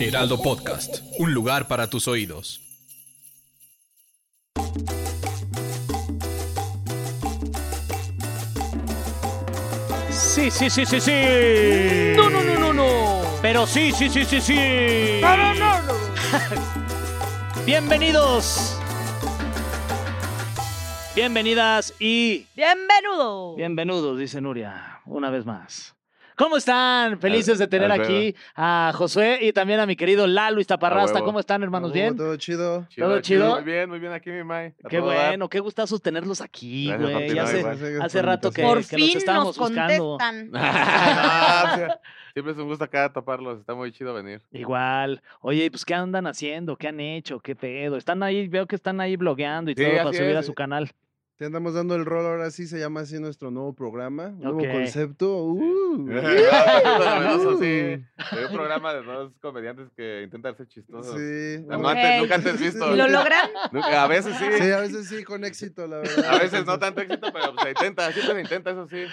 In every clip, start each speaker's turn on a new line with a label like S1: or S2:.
S1: Heraldo Podcast, un lugar para tus oídos.
S2: Sí, sí, sí, sí, sí.
S3: No, no, no, no, no.
S2: Pero sí, sí, sí, sí, sí.
S3: No, no, no, no.
S2: Bienvenidos. Bienvenidas y
S3: Bienvenido.
S2: bienvenidos, dice Nuria, una vez más. ¿Cómo están? Felices de tener
S4: Alfredo.
S2: aquí a Josué y también a mi querido Lalo
S4: A
S2: Iztaparrasta.
S4: huevo.
S2: ¿Cómo están, hermanos?
S5: Hugo,
S2: ¿Bien?
S5: Oh, Todo chido.
S2: ¿Todo chido?
S4: Muy bien, muy bien aquí, mi May. A
S2: Qué
S4: todo dar.
S2: bueno, qué gustazo tenerlos aquí,
S4: Gracias,
S2: güey.
S4: papi,
S2: Ya
S4: no,
S2: hace,
S4: igual.
S2: hace rato que,
S3: Por
S2: que los
S3: fin
S2: estábamos
S3: nos
S2: buscando.
S3: contestan.
S4: Ah, sí, Siempre es un gusto acá taparlos, está muy chido venir.
S2: Igual. Oye, pues ¿qué andan haciendo? ¿Qué han hecho? ¿Qué pedo? Están ahí, veo que están ahí blogueando y
S4: Sí,
S2: todo para
S4: así
S2: subir a
S4: es. eh.
S2: su canal.
S5: Te andamos dando el rol ahora sí, se llama así nuestro nuevo programa, un
S2: Ok.
S5: nuevo concepto. Uh.
S4: Novedoso, sí. Hay un programa de dos comediantes que intentan ser chistosos.
S5: Sí.
S4: No antes- nunca antes visto.
S3: ¿Y lo logran?
S4: Nunca- a veces sí.
S5: Sí, a veces sí, con éxito, la verdad.
S4: A veces no tanto éxito, pero se intenta, siempre se intenta, eso sí.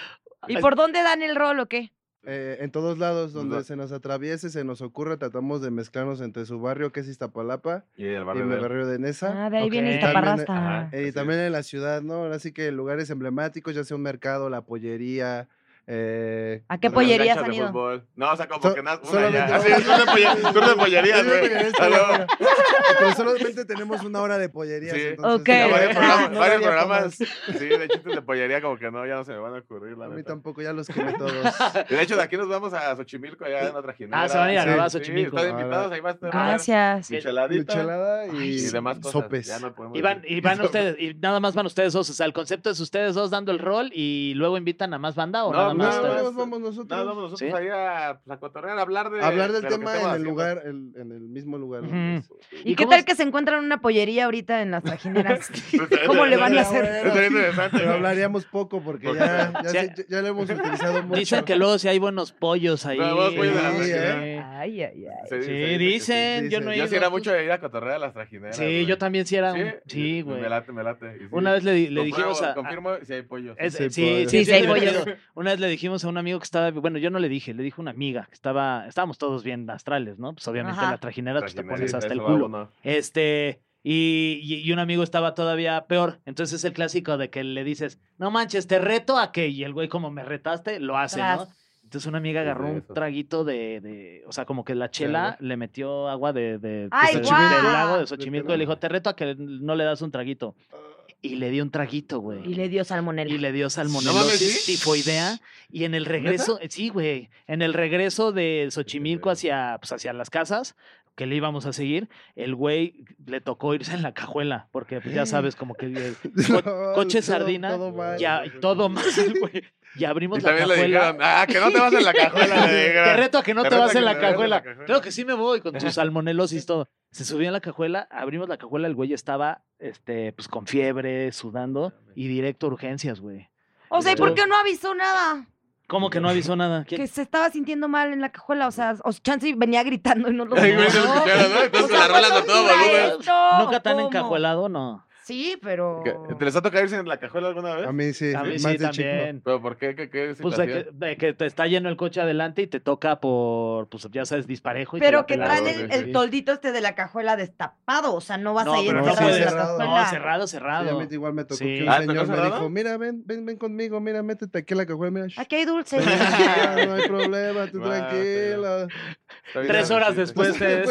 S3: ¿Y por dónde dan el rol o qué?
S5: Eh, en todos lados, donde
S4: Ujú.
S5: se nos atraviese, se nos ocurra, tratamos de mezclarnos entre su barrio, que es Iztapalapa,
S4: Y el
S5: y
S4: barrio
S5: el
S4: de-
S5: barrio de Nesa.
S3: Ah, de ahí
S2: Ok.
S3: viene
S4: Ajá.
S3: Iztaparrasta.
S5: Eh,
S4: así
S5: y
S4: es.
S5: también en la ciudad, ¿no? Ahora sí que lugares emblemáticos, ya sea un mercado, la pollería. eh,
S3: ¿A qué
S4: de las
S3: pollerías
S4: canchas
S3: han
S4: de
S3: ido?
S4: fútbol. No, o sea, como
S5: So-
S4: que nada, una
S5: solamente-
S4: ya. Así es, tú de polle- tú de pollerías,
S5: Sí, de
S4: güey.
S5: pollerías, está
S4: Ah, no.
S5: bueno. Pero pues, solamente tenemos una hora de pollerías.
S4: Sí.
S5: entonces,
S3: Ok.
S4: Ya varios
S3: Ah,
S4: programas,
S5: no
S4: varios
S5: daría para
S4: programas,
S5: más.
S4: sí, de chistes de pollería como que no, ya no se me van a ocurrir, la
S5: A mí
S4: neta.
S5: tampoco, ya los quemé todos.
S4: Y De hecho, de aquí nos vamos a Xochimilco, allá en otra jinera.
S2: Ah, se van a ir a
S5: grabar
S2: a Xochimilco. Ah,
S4: Sí, están
S5: Ahora-
S4: invitados, ahí va a estar.
S3: Gracias.
S4: Micheladita.
S5: Michelada y,
S2: Ay,
S4: Y
S2: sí,
S4: demás cosas.
S5: sopes.
S4: Ya no podemos
S2: Y van,
S4: decir.
S2: y van ustedes, y nada más van ustedes dos. O sea, el concepto es ustedes dos dando el rol y luego invitan a más banda o
S4: No,
S2: nada
S5: No,
S2: más
S4: nada
S2: ustedes.
S4: más.
S5: nos vamos nosotros.
S4: No, vamos nosotros
S2: ¿Sí?
S4: ahí a, pues, a cotorrear, a hablar de.
S5: Hablar del
S4: de lo que
S5: tema en
S4: estemos
S5: el
S4: haciendo.
S5: lugar, el- en el mismo lugar.
S2: Ujú.
S5: donde es.
S3: ¿Y,
S2: ¿Y
S3: qué
S2: cómo
S3: tal
S2: es-
S3: que se encuentran una pollería ahorita en las trajineras?
S4: Estaría
S3: ¿Cómo le van a
S4: interesante.
S3: hacer?
S4: Estaría interesante.
S5: Pero
S4: ¿no?
S5: hablaríamos poco porque
S4: Porque-
S5: ya, ya,
S2: Sí.
S5: se- ya- ya lo hemos utilizado mucho.
S2: Dicen que luego si hay buenos pollos ahí.
S4: Buenos pollos
S5: de la
S2: sí,
S5: región.
S3: Ay, ay, ay.
S4: Se
S2: sí,
S4: dice, se dice que
S2: dicen, yo no he
S4: Yo sí
S2: ido,
S4: era
S2: tú-
S4: mucho de ir a cotorrear a las trajineras.
S2: Sí, yo
S4: güey.
S2: también sí era un...
S4: Sí,
S2: Sí, güey.
S4: Me late, me late. y sí.
S2: Una vez le, le
S4: Compruebo,
S2: dijimos a... a-
S4: Confirmo si hay pollo.
S2: es- eh, sí, sí,
S5: Sí, pollo.
S3: Sí, sí hay
S2: sí,
S3: pollos.
S2: pero Una vez le dijimos a un amigo que estaba, bueno, yo no le dije, le dijo una amiga que estaba, estábamos todos bien astrales, ¿no? Pues obviamente
S3: Ajá.
S2: la trajinera, pues, te
S4: Trajinera,
S2: pones hasta el
S4: eso
S2: culo.
S4: va uno.
S2: Este, y, y- y un amigo estaba todavía peor. Entonces es el clásico de que le dices, no manches, te reto a que, y el güey como me retaste, lo hace, ¿no?
S3: Tras.
S2: Entonces una amiga
S4: Sí, sí,
S2: agarró un
S4: eso.
S2: traguito de, de- o sea, como que la chela
S5: agua.
S2: le metió agua de, de, pues,
S3: ¡Ay,
S2: de-
S3: guau!
S2: del lago de
S5: De
S2: Xochimilco y le dijo, te reto a que no le das un traguito.
S4: Ah.
S2: Y le dio un traguito, güey.
S3: Y le dio salmonela.
S2: Y le dio
S4: No mames,
S2: salmonelosis,
S4: ¿sí?
S2: tifoidea. Y en el regreso, sí, güey, en el regreso de Xochimilco
S4: pedo.
S2: hacia, pues, hacia las casas que le íbamos a seguir, el güey le tocó irse en la cajuela, porque pues, ya sabes, como que eh, co-
S5: No,
S2: coche
S5: todo-
S2: sardina,
S5: todo mal.
S2: ya y todo mal, güey. Y abrimos
S4: Y
S2: la
S4: también le dijeron,
S2: cajuela.
S4: ah, que no te vas en la cajuela. le
S2: Te
S4: dijeron.
S2: reto a que no
S4: te
S2: te
S4: reto a
S2: vas
S4: que
S2: en
S4: te
S2: la
S4: vayas en la
S2: cajuela.
S4: cajuela.
S2: Creo que sí me voy con tu salmonelosis y todo. Se subió en la cajuela, abrimos la cajuela, el güey estaba este, pues con fiebre, sudando y directo a urgencias, güey.
S3: O sea, ¿y por qué no avisó nada?
S2: ¿Cómo que no avisó nada? ¿Quién-
S3: Que se estaba sintiendo mal en la cajuela. O sea, o Chance venía gritando y no lo
S4: Ay, güey, se escucharon, ¿no? Entonces la rolas a todo volumen.
S2: ¿Nunca tan
S3: encajuela.
S2: encajuelado? No.
S3: Sí, pero.
S4: ¿Qué? ¿Te les ha tocado irse en la cajuela alguna
S5: A
S4: vez?
S5: mí sí,
S2: A mí
S5: más
S2: sí,
S5: de chico.
S2: también.
S4: ¿Pero por qué? ¿Qué, qué
S2: Pues de que,
S4: situación?
S2: de que te está lleno el coche adelante y te toca por, pues ya sabes, disparejo. Y te la
S3: Pero que
S2: pela.
S3: traen
S4: pelada,
S3: el,
S4: güey,
S3: el
S2: sí.
S3: toldito este de la cajuela destapado. O sea, no vas
S2: No,
S3: a ir
S2: pero
S5: no
S2: no
S3: encerrado en
S2: puedes.
S3: la
S2: No,
S5: cerrado.
S3: cajuela.
S2: cerrado,
S5: Sí, a
S2: cerrado.
S5: mí igual me tocó
S2: Sí.
S5: que un
S4: Ah, ¿te
S5: señor
S4: tocó
S5: me
S4: cerrado?
S5: dijo, mira, ven, ven, ven conmigo, mira, métete aquí a la cajuela, mira. shh,
S3: Aquí hay dulce.
S5: ven,
S3: Ah,
S5: mira, no hay problema, tú
S4: Guau,
S5: tranquila.
S4: Está bien
S2: Tres
S4: raro,
S2: horas
S4: sí,
S2: después
S4: sí.
S2: te...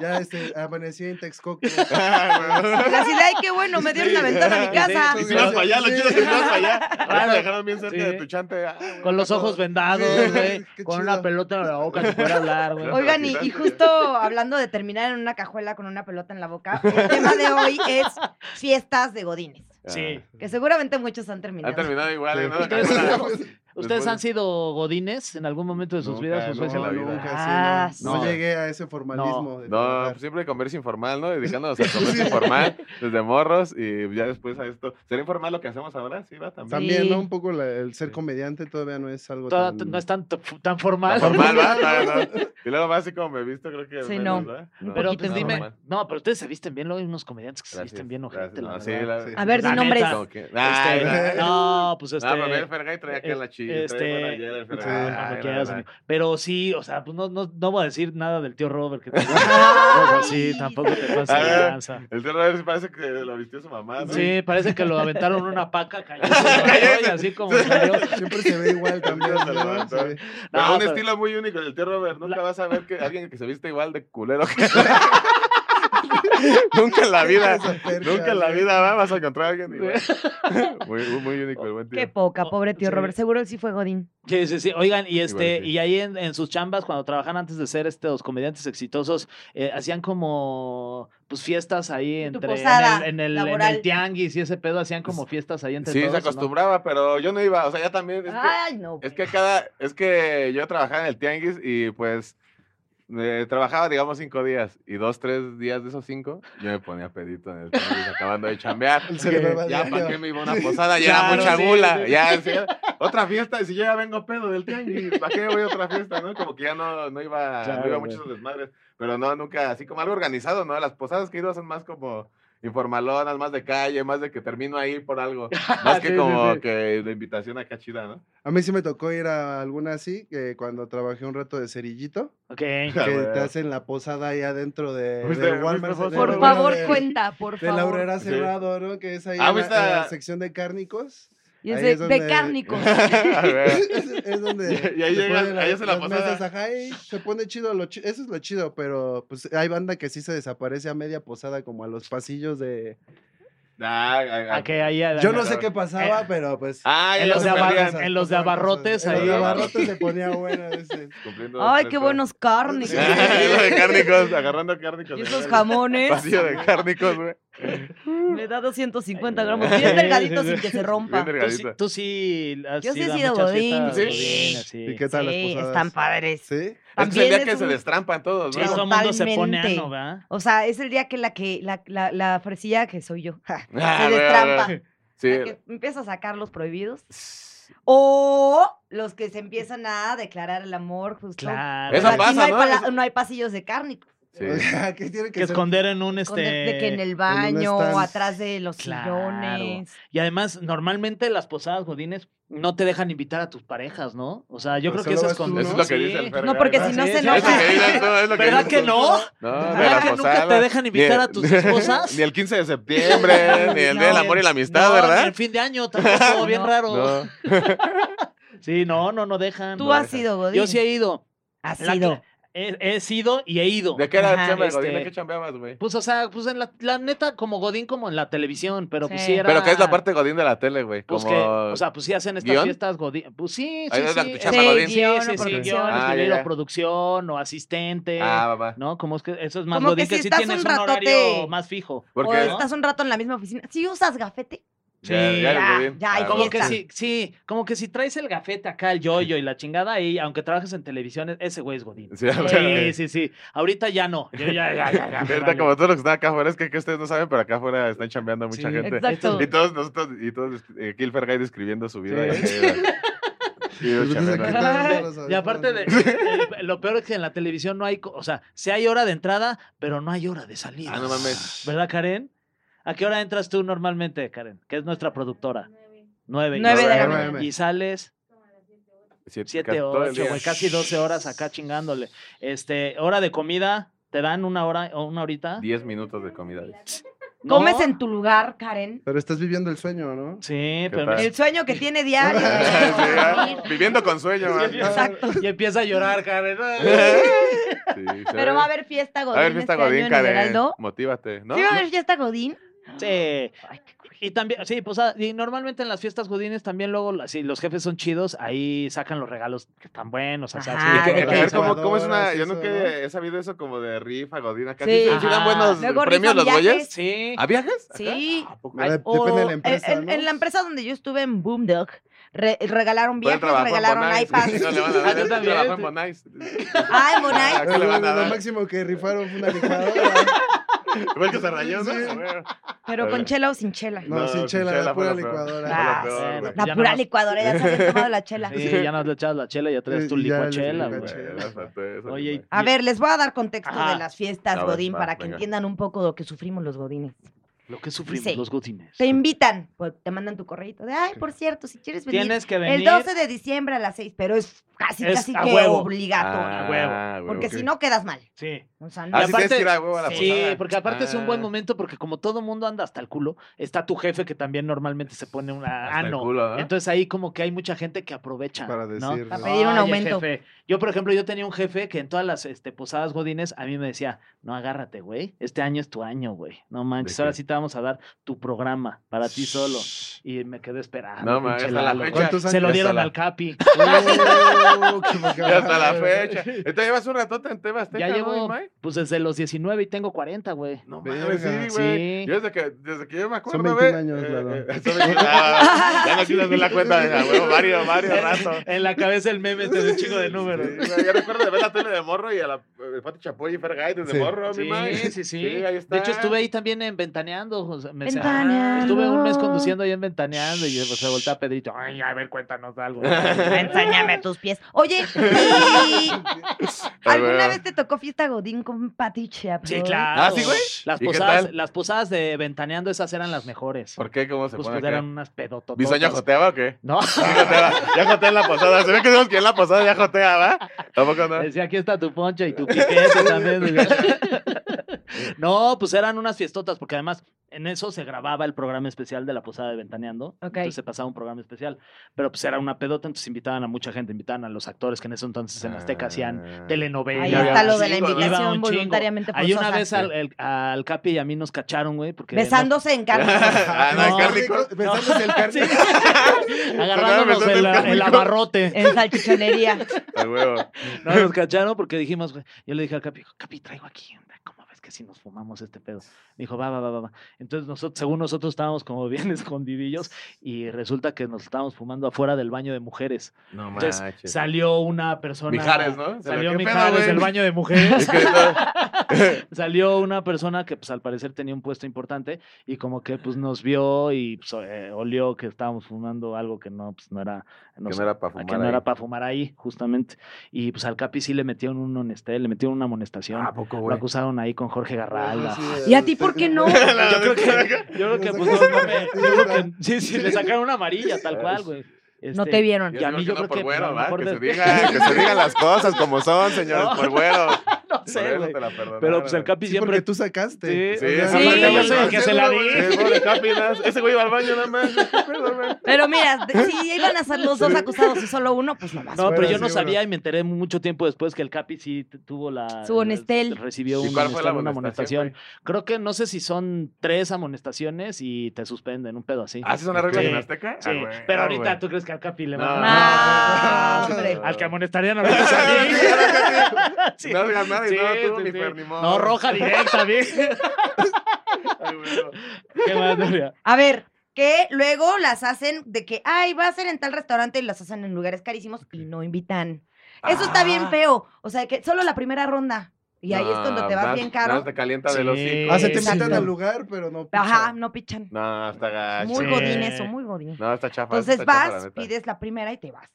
S5: Ya este, amanecí en Texcoco.
S4: Ah,
S3: Y así de, ay, qué bueno, me dieron la ventana a mi casa.
S4: güey. Y
S5: Sí,
S4: si vas para allá, lo chido es que si vas para allá. Ahora
S2: Claro.
S4: te dejaron bien cerca
S2: Sí.
S4: de tu chante. ah, güey.
S2: Con los ojos vendados,
S5: Sí,
S2: güey.
S5: qué
S2: Con una
S5: chido.
S2: pelota en la boca se puede hablar, güey.
S4: Claro.
S3: Oigan, y, y justo hablando de terminar en una cajuela con una pelota en la boca, el tema de hoy es fiestas de godines.
S2: Sí.
S3: Que seguramente muchos han
S4: Han
S3: terminado.
S4: terminado igual,
S5: Sí.
S4: ¿eh? ¿no?
S2: Tres horas. ¿Ustedes
S4: Después
S2: han
S4: de-
S2: sido godines en algún momento de sus
S4: Nunca,
S2: vidas? Pues fue
S4: nunca
S2: ese-
S4: la vida.
S5: nunca, sí,
S3: Ah,
S5: no, no
S4: sí.
S5: llegué a ese formalismo. de
S4: No,
S5: trabajar.
S4: pues siempre comercio informal, ¿no? Dedicándonos al comercio informal desde morros y ya después a esto. ¿Será informal lo que hacemos ahora? Sí, va también.
S5: También,
S3: Sí.
S5: ¿no? Un poco la- el ser comediante todavía no es algo
S2: toda-
S5: tan...
S2: no es tan, tan formal.
S4: Formal, va. Todavía no. Y luego más así como me he visto, creo que.
S3: Sí,
S4: menos,
S3: no.
S4: ¿va?
S2: Pero
S3: poquito
S2: pues
S4: no,
S2: dime,
S4: normal.
S2: no, pero ustedes se visten bien, luego hay unos comediantes que se
S4: Gracias,
S2: visten bien
S4: gracias,
S2: ojete, la
S4: no, sí,
S2: verdad.
S4: la-
S5: Sí.
S3: A ver,
S2: La
S3: di nombres.
S2: neta.
S4: como que- Ay,
S2: Este,
S4: Ah, no.
S2: no, pues este.
S4: Ah, pero el Fergay trae acá
S2: eh,
S4: la chida.
S2: este,
S4: trae buena ayer el Fergay.
S5: sí,
S4: Ay,
S2: cuando
S4: la
S2: quieras,
S4: verdad.
S2: amigo. Pero sí, o sea, pues no, no, no voy a decir nada del tío Robert que te Pero sí, tampoco te pasa
S4: A
S2: de
S4: ver.
S2: lanza.
S4: El Fergay sí parece que lo vistió su mamá, ¿no?
S2: Sí, parece que lo aventaron una paca cayó, y así como salió.
S5: Siempre se ve igual también,
S4: Siempre se
S5: ¿no?
S4: levantó.
S5: Sí.
S4: Pero
S2: No,
S4: un
S2: pero-
S4: estilo muy único del tío Robert. Nunca
S2: La-
S4: vas a ver que alguien que se viste igual de culero que Nunca en la vida.
S5: Esa percha,
S4: Nunca en la
S5: güey.
S4: vida va, vas a encontrar a alguien igual. muy, muy único el buen tío.
S3: Qué poca, pobre tío
S2: Sí.
S3: Robert. Seguro él sí fue Godín.
S2: Sí, sí, sí. Oigan, y este,
S4: sí.
S2: y ahí en, en sus chambas, cuando trabajan antes de ser este, los comediantes exitosos, eh, hacían como pues fiestas ahí
S3: tu
S2: entre
S3: posada
S2: en, el, en, el, en
S3: laboral.
S2: el tianguis y ese pedo, hacían como fiestas ahí entre
S4: Sí,
S2: todos.
S4: se
S2: ¿o no?
S4: acostumbraba, pero yo no iba. O sea, ya también. este, Es que,
S3: Ay, no.
S4: es que cada. Es que yo trabajaba en el tianguis y pues. eh, trabajaba, digamos, cinco días y dos, tres días de esos cinco, yo me ponía pedito en el tianguis acabando de chambear.
S5: El cerebro va
S4: ya, ¿para
S5: diario.
S4: qué me iba a una posada? Ya
S2: Claro,
S4: era mucha
S2: sí,
S4: gula.
S2: sí.
S4: Ya, sí, otra fiesta, y si yo ya vengo pedo del tianguis, ¿para qué voy a otra fiesta? ¿no? Como que ya no, no iba,
S2: Claro,
S4: no iba
S2: güey.
S4: mucho a esos desmadres. Pero no, nunca, así como algo organizado, ¿no? Las posadas que he ido son más como informalonas, más de calle, más de que termino ahí por algo. Más que
S2: Sí, sí,
S4: como
S2: sí.
S4: que de invitación acá chida, ¿no?
S5: A mí sí me tocó ir a alguna así, que cuando trabajé un rato de cerillito,
S2: Ok.
S4: Ah,
S5: que
S4: güey. Pues
S5: te hacen la posada ahí adentro de,
S4: Fuiste-
S5: del
S4: fuiste
S5: Walmart.
S4: foto.
S5: de-
S3: Por
S5: bueno,
S3: favor,
S5: de-
S3: cuenta, por
S5: De la
S3: favor.
S5: Aurrera
S4: Sí.
S5: Cerrado, ¿no? Que es ahí
S4: Ah,
S5: en la,
S4: ¿viste
S5: en la
S4: la-
S5: sección de cárnicos.
S3: Y es
S5: Ahí
S3: de,
S5: es donde-
S3: de cárnicos.
S4: A ver.
S5: es, es donde.
S4: Ah. Y- y ahí
S5: se
S4: llega-
S5: ponen
S4: ahí
S5: las-
S4: hace la
S5: las
S4: posada.
S5: mesas, ajá, y se pone chido, lo chi- eso es lo chido, pero pues hay banda que sí se desaparece a media posada, como a los pasillos de.
S4: Ah, ah, ah.
S2: Ah, que ahí,
S5: Yo
S4: ya,
S5: no
S4: ya.
S5: sé qué pasaba, pero pues.
S4: Ah, ya
S2: En
S4: no
S2: los
S4: se
S2: de
S5: pasaban
S4: perdían.
S5: cosas,
S2: en los de
S5: pasaban cosas.
S2: abarrotes
S5: En los de
S4: ahí.
S5: abarrotes se ponía bueno. ese.
S4: Cumpliendo dos,
S3: Ay,
S4: tres
S3: qué
S4: cosas.
S3: buenos cárnicos.
S4: Sí, lo de cárnicos, agarrando cárnicos.
S3: Y
S4: ahí
S3: esos
S4: del
S3: jamones.
S4: Pasillo de cárnicos, güey.
S3: Me da 250 gramos.
S2: Sí,
S3: Bien delgadito
S2: sí, sí.
S3: sin que se rompa.
S4: Bien
S2: Tú sí,
S4: delgadito.
S2: tú sí has
S3: Yo sí he
S2: ido a
S3: sido
S2: muchas
S3: godín.
S2: fiestas
S4: Sí.
S2: godines, sí.
S5: ¿Y qué tal las
S3: Sí,
S5: posadas?
S3: están padres.
S5: Sí.
S4: Es que el
S3: También
S4: día
S3: es
S4: que se
S3: un-
S4: destrampan todos,
S2: Sí,
S4: ¿no?
S2: todo el mundo se pone
S3: Totalmente.
S2: ano, ¿verdad?
S3: O sea, es el día que la que la, la, la fresilla que soy yo ja,
S4: Ah,
S3: se
S4: veo,
S3: destrampa.
S4: veo.
S3: la
S4: Sí.
S3: que empieza a sacar los prohibidos. O los que se empiezan a declarar el amor, justo.
S2: Claro.
S3: Pero
S4: Eso
S3: aquí
S4: pasa,
S3: no hay,
S4: ¿no?
S3: pala-
S4: Eso-
S3: no hay pasillos de cárnicos.
S4: Sí.
S5: O sea, que tiene que,
S2: Que
S5: ser-
S2: esconder en un
S3: Con de-
S2: este.
S3: de que en el baño o
S5: stand.
S3: atrás de los
S2: Claro.
S3: sillones.
S2: Y además, normalmente las posadas godines no te dejan invitar a tus parejas, ¿no? O sea, yo
S5: Pues
S2: creo que
S5: solo
S2: eso es
S5: vas tú,
S2: con...
S5: ¿no?
S4: Eso es lo que dice el Fer
S3: No, porque
S4: Garay,
S3: si
S4: ¿no?
S3: no
S2: Sí, sí,
S3: se
S4: Es lo
S3: enoja.
S4: que dices tú, es lo que
S2: ¿Verdad
S4: dices
S2: que
S4: tú.
S2: no?
S4: No, de
S2: ¿Verdad
S4: la
S2: que nunca te
S4: posada.
S2: dejan invitar
S4: Ni-
S2: a tus esposas?
S4: Ni el 15 de septiembre, ni el Día del
S3: No.
S4: Amor y la Amistad,
S2: No, Ni
S4: ¿verdad?
S2: el fin de año tampoco,
S3: No.
S2: bien raro.
S4: No.
S2: Sí, no, no, no dejan.
S3: Tú
S2: No
S3: has
S2: dejan.
S3: sido, Godín.
S2: Yo sí he ido.
S3: Has
S2: La que-
S3: sido.
S2: He, he sido y he ido.
S4: ¿De qué era
S3: Ajá,
S4: el chamba, Godín? ¿De
S2: este-
S4: qué chambeabas, güey?
S2: Pues, o sea, pues en la, la neta, como Godín, como en la televisión, pero pues
S3: Sí.
S2: sí era.
S4: Pero que es la parte Godín de la tele, güey.
S2: Pues
S4: Como...
S2: que, o sea, pues sí hacen estas
S4: ¿Guión?
S2: fiestas Godín. Pues sí, sí,
S4: Ahí es la
S2: sí.
S4: tu
S2: eh,
S4: chamba,
S3: Sí,
S4: Godín.
S2: Sí,
S3: guión o
S2: sí, sí,
S3: producción.
S2: guión,
S4: Ah, ya,
S2: ingeniero,
S4: ya.
S2: producción o asistente.
S4: Ah, va,
S3: Pues
S4: va.
S2: ¿No? Como es que eso es más
S3: Como
S2: godín,
S3: que
S2: que,
S3: si
S2: sí
S3: estás
S2: tienes
S3: un
S2: un,
S3: ratote-
S2: horario más fijo.
S3: O
S4: Porque...
S3: estás un rato en la misma oficina. Si usas gafete,
S4: Pues, Ya, ya,
S3: ya,
S4: el Godín.
S3: ya, hay
S4: Ah,
S2: Como
S4: va.
S2: que
S3: fiesta.
S2: sí, sí, como que si traes el gafete acá, el yoyo y la chingada y aunque trabajes en televisión, ese güey es godín.
S4: Sí, a
S2: Sí,
S4: ver.
S2: sí, sí. Ahorita ya no. Yo ya, ya, ya, ya. me
S4: Ahorita
S2: vale.
S4: como todos los que están acá afuera, es que, que ustedes no saben, pero acá afuera están chambeando mucha
S2: Sí.
S4: gente.
S3: Exacto.
S4: Y todos nosotros, y todos, eh, Kilfer Guy describiendo su vida.
S5: Sí.
S4: y así, ¿verdad? Sí,
S5: Pues,
S4: chambeando.
S5: dice que
S4: Ajá.
S5: están viendo los
S2: Y aparte de,
S5: audífonos.
S2: el- lo peor es que en la televisión no hay, co- o sea, sí hay hora de entrada, pero no hay hora de salida.
S4: Ah, no mames.
S2: ¿Verdad, Karen? ¿A qué hora entras tú normalmente, Karen? Que es nuestra productora. Nueve.
S3: Nueve
S2: Y
S3: de la
S2: sales-
S5: mañana.
S2: Y sales
S4: Siete, casi
S2: Siete,
S4: todo el
S2: ocho,
S4: día.
S2: güey, casi 12 horas acá chingándole. Este, hora de comida, ¿te dan una hora o una horita?
S4: Diez minutos de comida. dice.
S2: ¿No?
S3: Comes en tu lugar, Karen.
S5: Pero estás viviendo el sueño, ¿no?
S2: Sí, pero
S4: tal?
S3: El sueño que tiene diario.
S4: Sí, ah. ¿verdad? Viviendo con sueño, man.
S2: Sí, y empieza a llorar, Karen.
S4: Sí, sí.
S3: Pero va a haber fiesta Godín.
S4: A ver, fiesta
S3: este año
S4: Godín,
S3: en el
S4: Karen.
S3: Heraldo.
S4: Motívate. ¿No?
S3: ¿Sí va a
S4: ¿No?
S3: haber fiesta Godín?
S2: Sí.
S3: Ay, qué cool.
S2: Y también, sí, pues ah, y normalmente en las fiestas godines también luego, la- si los jefes son chidos, ahí sacan los regalos que están buenos. O sea, sí,
S3: Ajá,
S4: Que-
S3: Ah,
S4: que- que a ver
S5: las
S4: cómo, cómo es una.
S5: jugadoras,
S4: Yo
S5: eso,
S4: nunca
S5: ¿no?
S4: he sabido eso como de rifa, Godín. Acá
S3: Sí.
S4: sí, sí dan
S2: Ajá.
S4: buenos
S3: Luego
S4: premios
S3: rifan
S4: los
S3: viajes.
S4: güeyes.
S2: Sí.
S4: ¿A viajes?
S3: Sí.
S5: Dep-
S3: O
S5: Ah, Depende de
S3: en-
S5: la empresa,
S3: en,
S5: ¿no?
S3: en la empresa donde yo estuve en Boomdog, Re- regalaron
S4: Buen
S3: viajes,
S4: trabajo en
S3: regalaron
S4: Bonais.
S3: iPads.
S4: No le van a Ah, dar
S2: A ti
S4: ese
S2: también,
S4: trabajo en
S2: te-
S4: Bonais.
S3: Ay, Bonai.
S4: ¿A qué le van a
S5: Lo
S4: dar?
S5: máximo que rifaron fue una licuadora.
S4: Igual que se rayó, ¿no?
S5: Sí.
S3: Pero con chela o sin chela.
S5: No, sin chela, la
S4: fue
S5: pura
S4: peor.
S5: licuadora.
S3: Ah,
S4: Fue lo peor, güey.
S2: Ya
S3: La
S2: nada
S3: pura
S2: más-
S3: licuadora, ya se había tomado la chela.
S2: Sí, ya nos le echabas la chela y ya traes tu
S5: Sí, ya le-
S2: licuachela,
S4: Güey,
S2: güey.
S5: licuachela.
S4: ya faltó eso,
S2: Oye,
S4: güey.
S3: A ver, les voy a dar contexto
S2: Ajá.
S3: de las fiestas
S4: A ver,
S3: Godín
S4: va,
S3: para que
S4: venga.
S3: entiendan un poco lo que sufrimos los Godines.
S2: Lo que sufrimos
S3: Dice,
S2: los godines.
S3: Te invitan, pues, te mandan tu correíto de, ay, por cierto, si quieres venir,
S2: Tienes que venir.
S3: el 12 de diciembre a las 6, pero es casi,
S2: Es
S3: casi
S2: a
S3: que
S2: huevo.
S3: obligatorio,
S2: a huevo.
S4: Ah, güey,
S3: porque
S4: ok.
S3: si no quedas mal.
S2: Sí.
S3: O sea, no-
S4: Ah,
S2: Y
S4: sí tienes
S2: aparte-
S4: que ir a huevo a la
S2: Sí,
S4: posada.
S2: porque aparte es un buen
S4: Ah,
S2: momento porque como todo mundo anda hasta el culo, está tu jefe que también normalmente se pone una ah,
S4: hasta el
S2: ano.
S4: culo, ¿no?
S2: Entonces ahí como que hay mucha gente que aprovecha.
S5: Para
S2: ¿no?
S5: decir,
S3: Para
S5: ¿no?
S3: pedir un
S2: Oye,
S3: aumento.
S2: jefe, Yo, por ejemplo, yo tenía un jefe que en todas las este, posadas godines a mí me decía, no, agárrate, güey, este año es tu año, güey, no manches,
S4: ¿De
S2: ahora
S4: qué?
S2: sí te vamos a dar tu programa para ti solo. Y me quedé esperando.
S4: No, ma,
S2: pinche
S4: hasta la
S2: Lalo.
S4: fecha.
S5: ¿Cuántos
S2: Se lo
S4: Hasta
S5: años?
S2: dieron
S4: la-
S2: al Capi.
S5: Oh, qué
S4: Ya hasta la
S5: bacán.
S4: fecha. Entonces llevas un ratota en Tebas
S2: ya
S4: Azteca, ¿no,
S2: llevo,
S4: Imai?
S2: pues desde los 19 y tengo 40, güey.
S4: No
S5: Verga.
S4: mames, sí, güey.
S2: Sí.
S4: Yo desde que, desde que yo me acuerdo,
S5: Son
S4: güey.
S5: 21 años,
S4: eh,
S5: Lalo.
S4: eh, son 21 Ah, ya no quise hacer la cuenta de la huevo, varios, varios ratos.
S2: En la cabeza el meme este de chingo de números.
S4: Sí, güey, yo recuerdo de ver la tele de morro y a la el Pati Chapoy y Fergay desde
S5: Sí.
S4: morro, mi
S2: Sí,
S4: mae.
S2: sí, sí,
S4: ahí está.
S2: De hecho, estuve ahí también en Ventaneando. o sea, me decía,
S3: Ventaneando.
S2: "Ah, estuve un mes conduciendo ahí en Ventaneando y pues, se voltea a Pedrito. Ay, a ver, cuéntanos algo.
S3: Enséñame tus pies. Oye, ¿y
S4: A ver.
S3: ¿alguna vez te tocó fiesta Godín con Pati Chapoy?
S2: Sí, claro.
S4: ¿Ah, sí, güey?
S2: Las
S4: ¿Y qué
S2: posadas,
S4: tal?
S2: las posadas de Ventaneando, esas eran las mejores.
S4: ¿Por qué? ¿Cómo se
S2: Pues,
S4: pone
S2: pues,
S4: acá?
S2: eran unas pedototas.
S4: ¿Bisoña joteaba o qué?
S2: No,
S4: Sí, joteaba. Ya jotea en la posada. Se ve que sabemos que en la posada ya jotea, ¿va? Tampoco no.
S2: decía, aquí está tu poncho y tu piquete también. güey". no, pues eran unas fiestotas, porque además en eso se grababa el programa especial de la posada de Ventaneando.
S3: Ok.
S2: Entonces se pasaba un programa especial. Pero pues era una pedota, entonces invitaban a mucha gente, invitaban a los actores que en ese entonces en Azteca hacían
S4: Ah.
S2: telenovelas.
S3: Ahí
S4: Ya
S3: está lo de la
S4: chingo, ¿no?
S2: Iba un
S3: invitación
S2: chingo.
S3: voluntariamente
S2: Ahí una
S3: forzosa.
S2: vez al, el- al Capi y a mí nos cacharon, güey, porque... nos-
S3: Besándose en carne.
S4: Ah, no,
S2: No.
S4: qué rico.
S5: Besándose el carne.
S2: Agarrándonos
S4: Besándose
S2: el,
S4: en carne.
S2: el abarrote.
S3: En salchichonería.
S4: A huevo.
S2: No nos cacharon porque dijimos, güey, yo le dije al Capi, Capi, traigo aquí, onda, ¿cómo ves que si nos fumamos este pedo? Me dijo, va, va, va, va, va. Entonces, nosotros, según nosotros estábamos como bien escondidillos y resulta que nos estábamos fumando afuera del baño de mujeres.
S4: No
S2: Entonces, salió una persona...
S4: Mijares, ¿no? Se
S2: Salió
S4: ve, ¿qué pedo,
S2: Mijares
S4: güey?
S2: del baño de mujeres.
S4: Es que no-
S2: Salió una persona que pues al parecer tenía un puesto importante y como que pues nos vio y pues, eh, olió que estábamos fumando algo que no, pues, no era...
S4: que
S2: sé,
S4: no era para
S2: a
S4: fumar.
S2: que no
S4: ahí.
S2: era para fumar ahí, justamente. Y pues al Capi sí le metieron un honestel, le metieron una amonestación.
S4: ¿A poco,
S2: lo acusaron ahí con Jorge Garralda.
S3: ¿Y a ti por qué no?
S2: Yo creo que, yo creo que pues no, no me- yo creo que- sí, sí, le sacaron una amarilla, tal cual, güey.
S3: No
S2: Este,
S3: te vieron.
S4: Y a mí yo creo que.
S2: pues, a
S4: Bueno,
S2: lo
S4: ¿va?
S2: mejor
S4: Que,
S2: de-
S4: se diga, que se digan las cosas como son, señores,
S2: No.
S4: por güero.
S2: No
S4: Por
S2: sé,
S4: eso
S2: güey.
S4: te la perdonaron.
S2: Pero pues el Capi
S5: Sí, porque
S2: siempre...
S5: tú sacaste.
S2: Sí,
S4: Sí,
S5: O sea,
S4: esa
S2: Sí,
S4: madre,
S2: yo
S4: güey,
S2: soy el
S4: no
S2: que
S4: sé,
S2: se la
S4: güey,
S2: di.
S4: sí, pobre Capi, nada, Ese güey iba al baño, nada más. Perdóname.
S3: Pero mira, de- si iban a ser los dos acusados y solo uno, pues nomás.
S2: No, pero
S5: Bueno,
S2: yo no
S5: sí,
S2: sabía y me enteré mucho tiempo después que el Capi sí t- tuvo la...
S3: Su honestel.
S2: Recibió
S4: ¿Y
S2: un
S4: cuál fue la
S2: honestel, una
S4: amonestación,
S2: amonestación. Creo que no sé si son tres amonestaciones y te suspenden, un pedo así.
S4: ¿Ah, sí son las reglas
S2: Sí,
S4: en Azteca?
S2: Sí,
S4: Ah, güey,
S2: pero
S4: ah,
S2: ahorita
S4: güey.
S2: tú crees que al Capi le
S4: No,
S2: va
S4: no,
S3: Ah,
S4: no,
S3: hombre.
S4: no, no.
S2: Al que amonestarían ahorita es a mí. Sí.
S4: No hagas nada y
S2: Sí,
S4: no, tú,
S2: sí,
S4: ni
S2: sí.
S4: Fer, ni modo.
S2: No, roja directa, bien.
S4: Ay, güey.
S2: ¿Qué más, Nuria?
S3: A ver, que luego las hacen de que, ay, va a ser en tal restaurante y las hacen en lugares carísimos y no invitan. Eso está bien feo. O sea, que solo la primera ronda. Y ahí es cuando te vas
S4: No,
S3: bien
S4: nada,
S3: caro.
S4: nada, te calienta de los
S2: Sí.
S4: cinco.
S5: Ah, se te
S3: Exacto.
S5: invitan al lugar, pero no. pichas.
S3: Ajá, no pichan.
S4: No, está gacho.
S3: Muy
S2: Sí.
S3: godín eso, muy godín.
S4: No, está chafa.
S3: Entonces
S4: está chafa, la
S3: vas,
S4: neta.
S3: pides la primera y te vas.